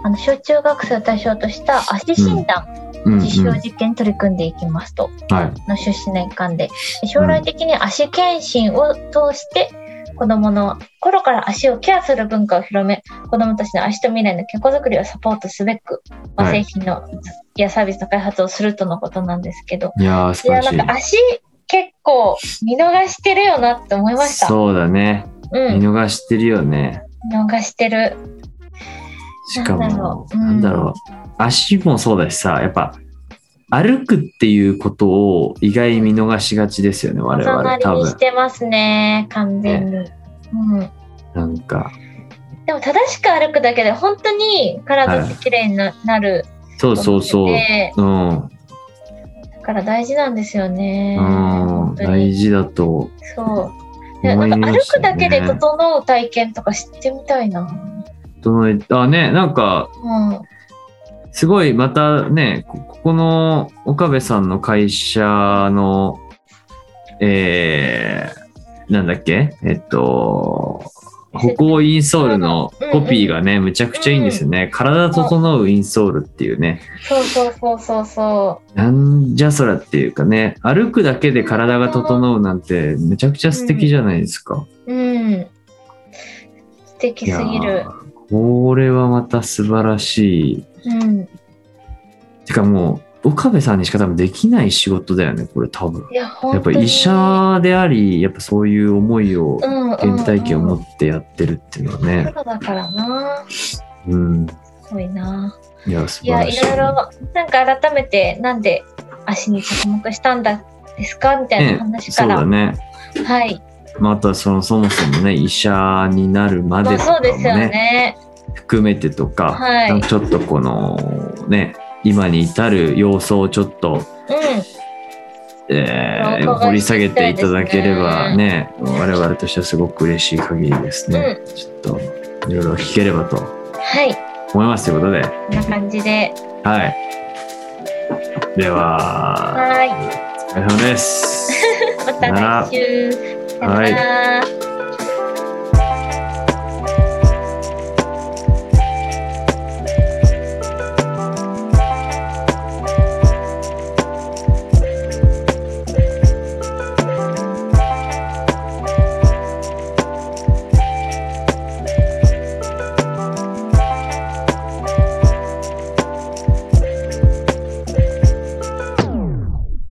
B: あの、小中学生を対象とした足診断、
A: うんうん
B: 実証実験に取り組んでいきますと、
A: はい
B: の出資年間で、で将来的に足検診を通して、子供の頃から足をケアする文化を広め、子供たちの足と未来の健康づくりをサポートすべく、まあ
A: はい
B: 製品の、い、やサービスの開発をするとのことなんですけど、
A: いやー素
B: い
A: 晴
B: や、
A: ら
B: な
A: し
B: ん
A: い
B: か。足結構見逃してるよなって思いました。う
A: そうだね見
B: ん、
A: 逃してるよね。
B: 見逃してる。
A: しか
B: なんだろ
A: も、
B: ううん
A: なんだろう、足もそうだしさ、やっぱ、歩くっていうことを意外に見逃しがちですよね、我
B: 重
A: 々、
B: なり
A: 多
B: に
A: 分
B: し。てますね、完全に。うん
A: なんか、
B: でも正しく歩くだけで本当に体って綺麗にな,、なる
A: そう
B: と
A: そ
B: 思
A: う
B: ってて
A: そう。うん、うん、
B: だから大事なんですよね。本当に
A: 大事だと
B: そう。ねなんか
A: 思い
B: 歩
A: ました
B: く
A: ね
B: だけで整う体験とか知ってみたいな。
A: 整えあねなんか
B: うん。
A: すごいまたねこここの岡部さんの会社のえー、なんだっけえっと歩行インソールのコピーがね、むちゃくちゃいいんですよね。体整うインソールっていうね。
B: そうそうそうそうそ
A: なんじゃそらっていうかね、歩くだけで体が整うなんて、めちゃくちゃ素敵じゃないですか。
B: う。うん。素敵すぎ
A: い
B: る
A: や。ーこれはまた素晴らしい。
B: うん。
A: てかもう、岡部さんにしか多分できない仕事だよね、これ多分。
B: いや、本
A: やっ
B: 当
A: ぱ
B: に。
A: 医者であり、やっぱそういう思いを
B: うん、うん。
A: 原体験を持ってやってるっていうのは
B: うん。
A: ね。
B: プロだからな。す
A: うん。
B: ごいな。
A: いや、素
B: い
A: 晴
B: や、
A: らし
B: い
A: い。
B: ろいろ、なんか改めて、なんで足に着目したんだですかみたいな話か
A: そうだ
B: ら。
A: ね。
B: はい。
A: まあ、あとはそのそもそもね、医者になるまで
B: まあ、
A: とか
B: そ
A: も
B: うですよ
A: ね、
B: ね。
A: 含めてとか、
B: はい
A: なんかちょっとこのね、今に至る様子をちょっと
B: うん。
A: えー
B: お伺いしていきたいで
A: 掘り下げてい
B: すね
A: ただければね我々としてはすごく嬉しい限りですね、ちょっといろいろ聞ければと
B: はい。
A: 思いますということで
B: こんな感じで。
A: はいでは
B: はい。
A: お疲れ様です
B: また来週。
A: はい
B: さよなら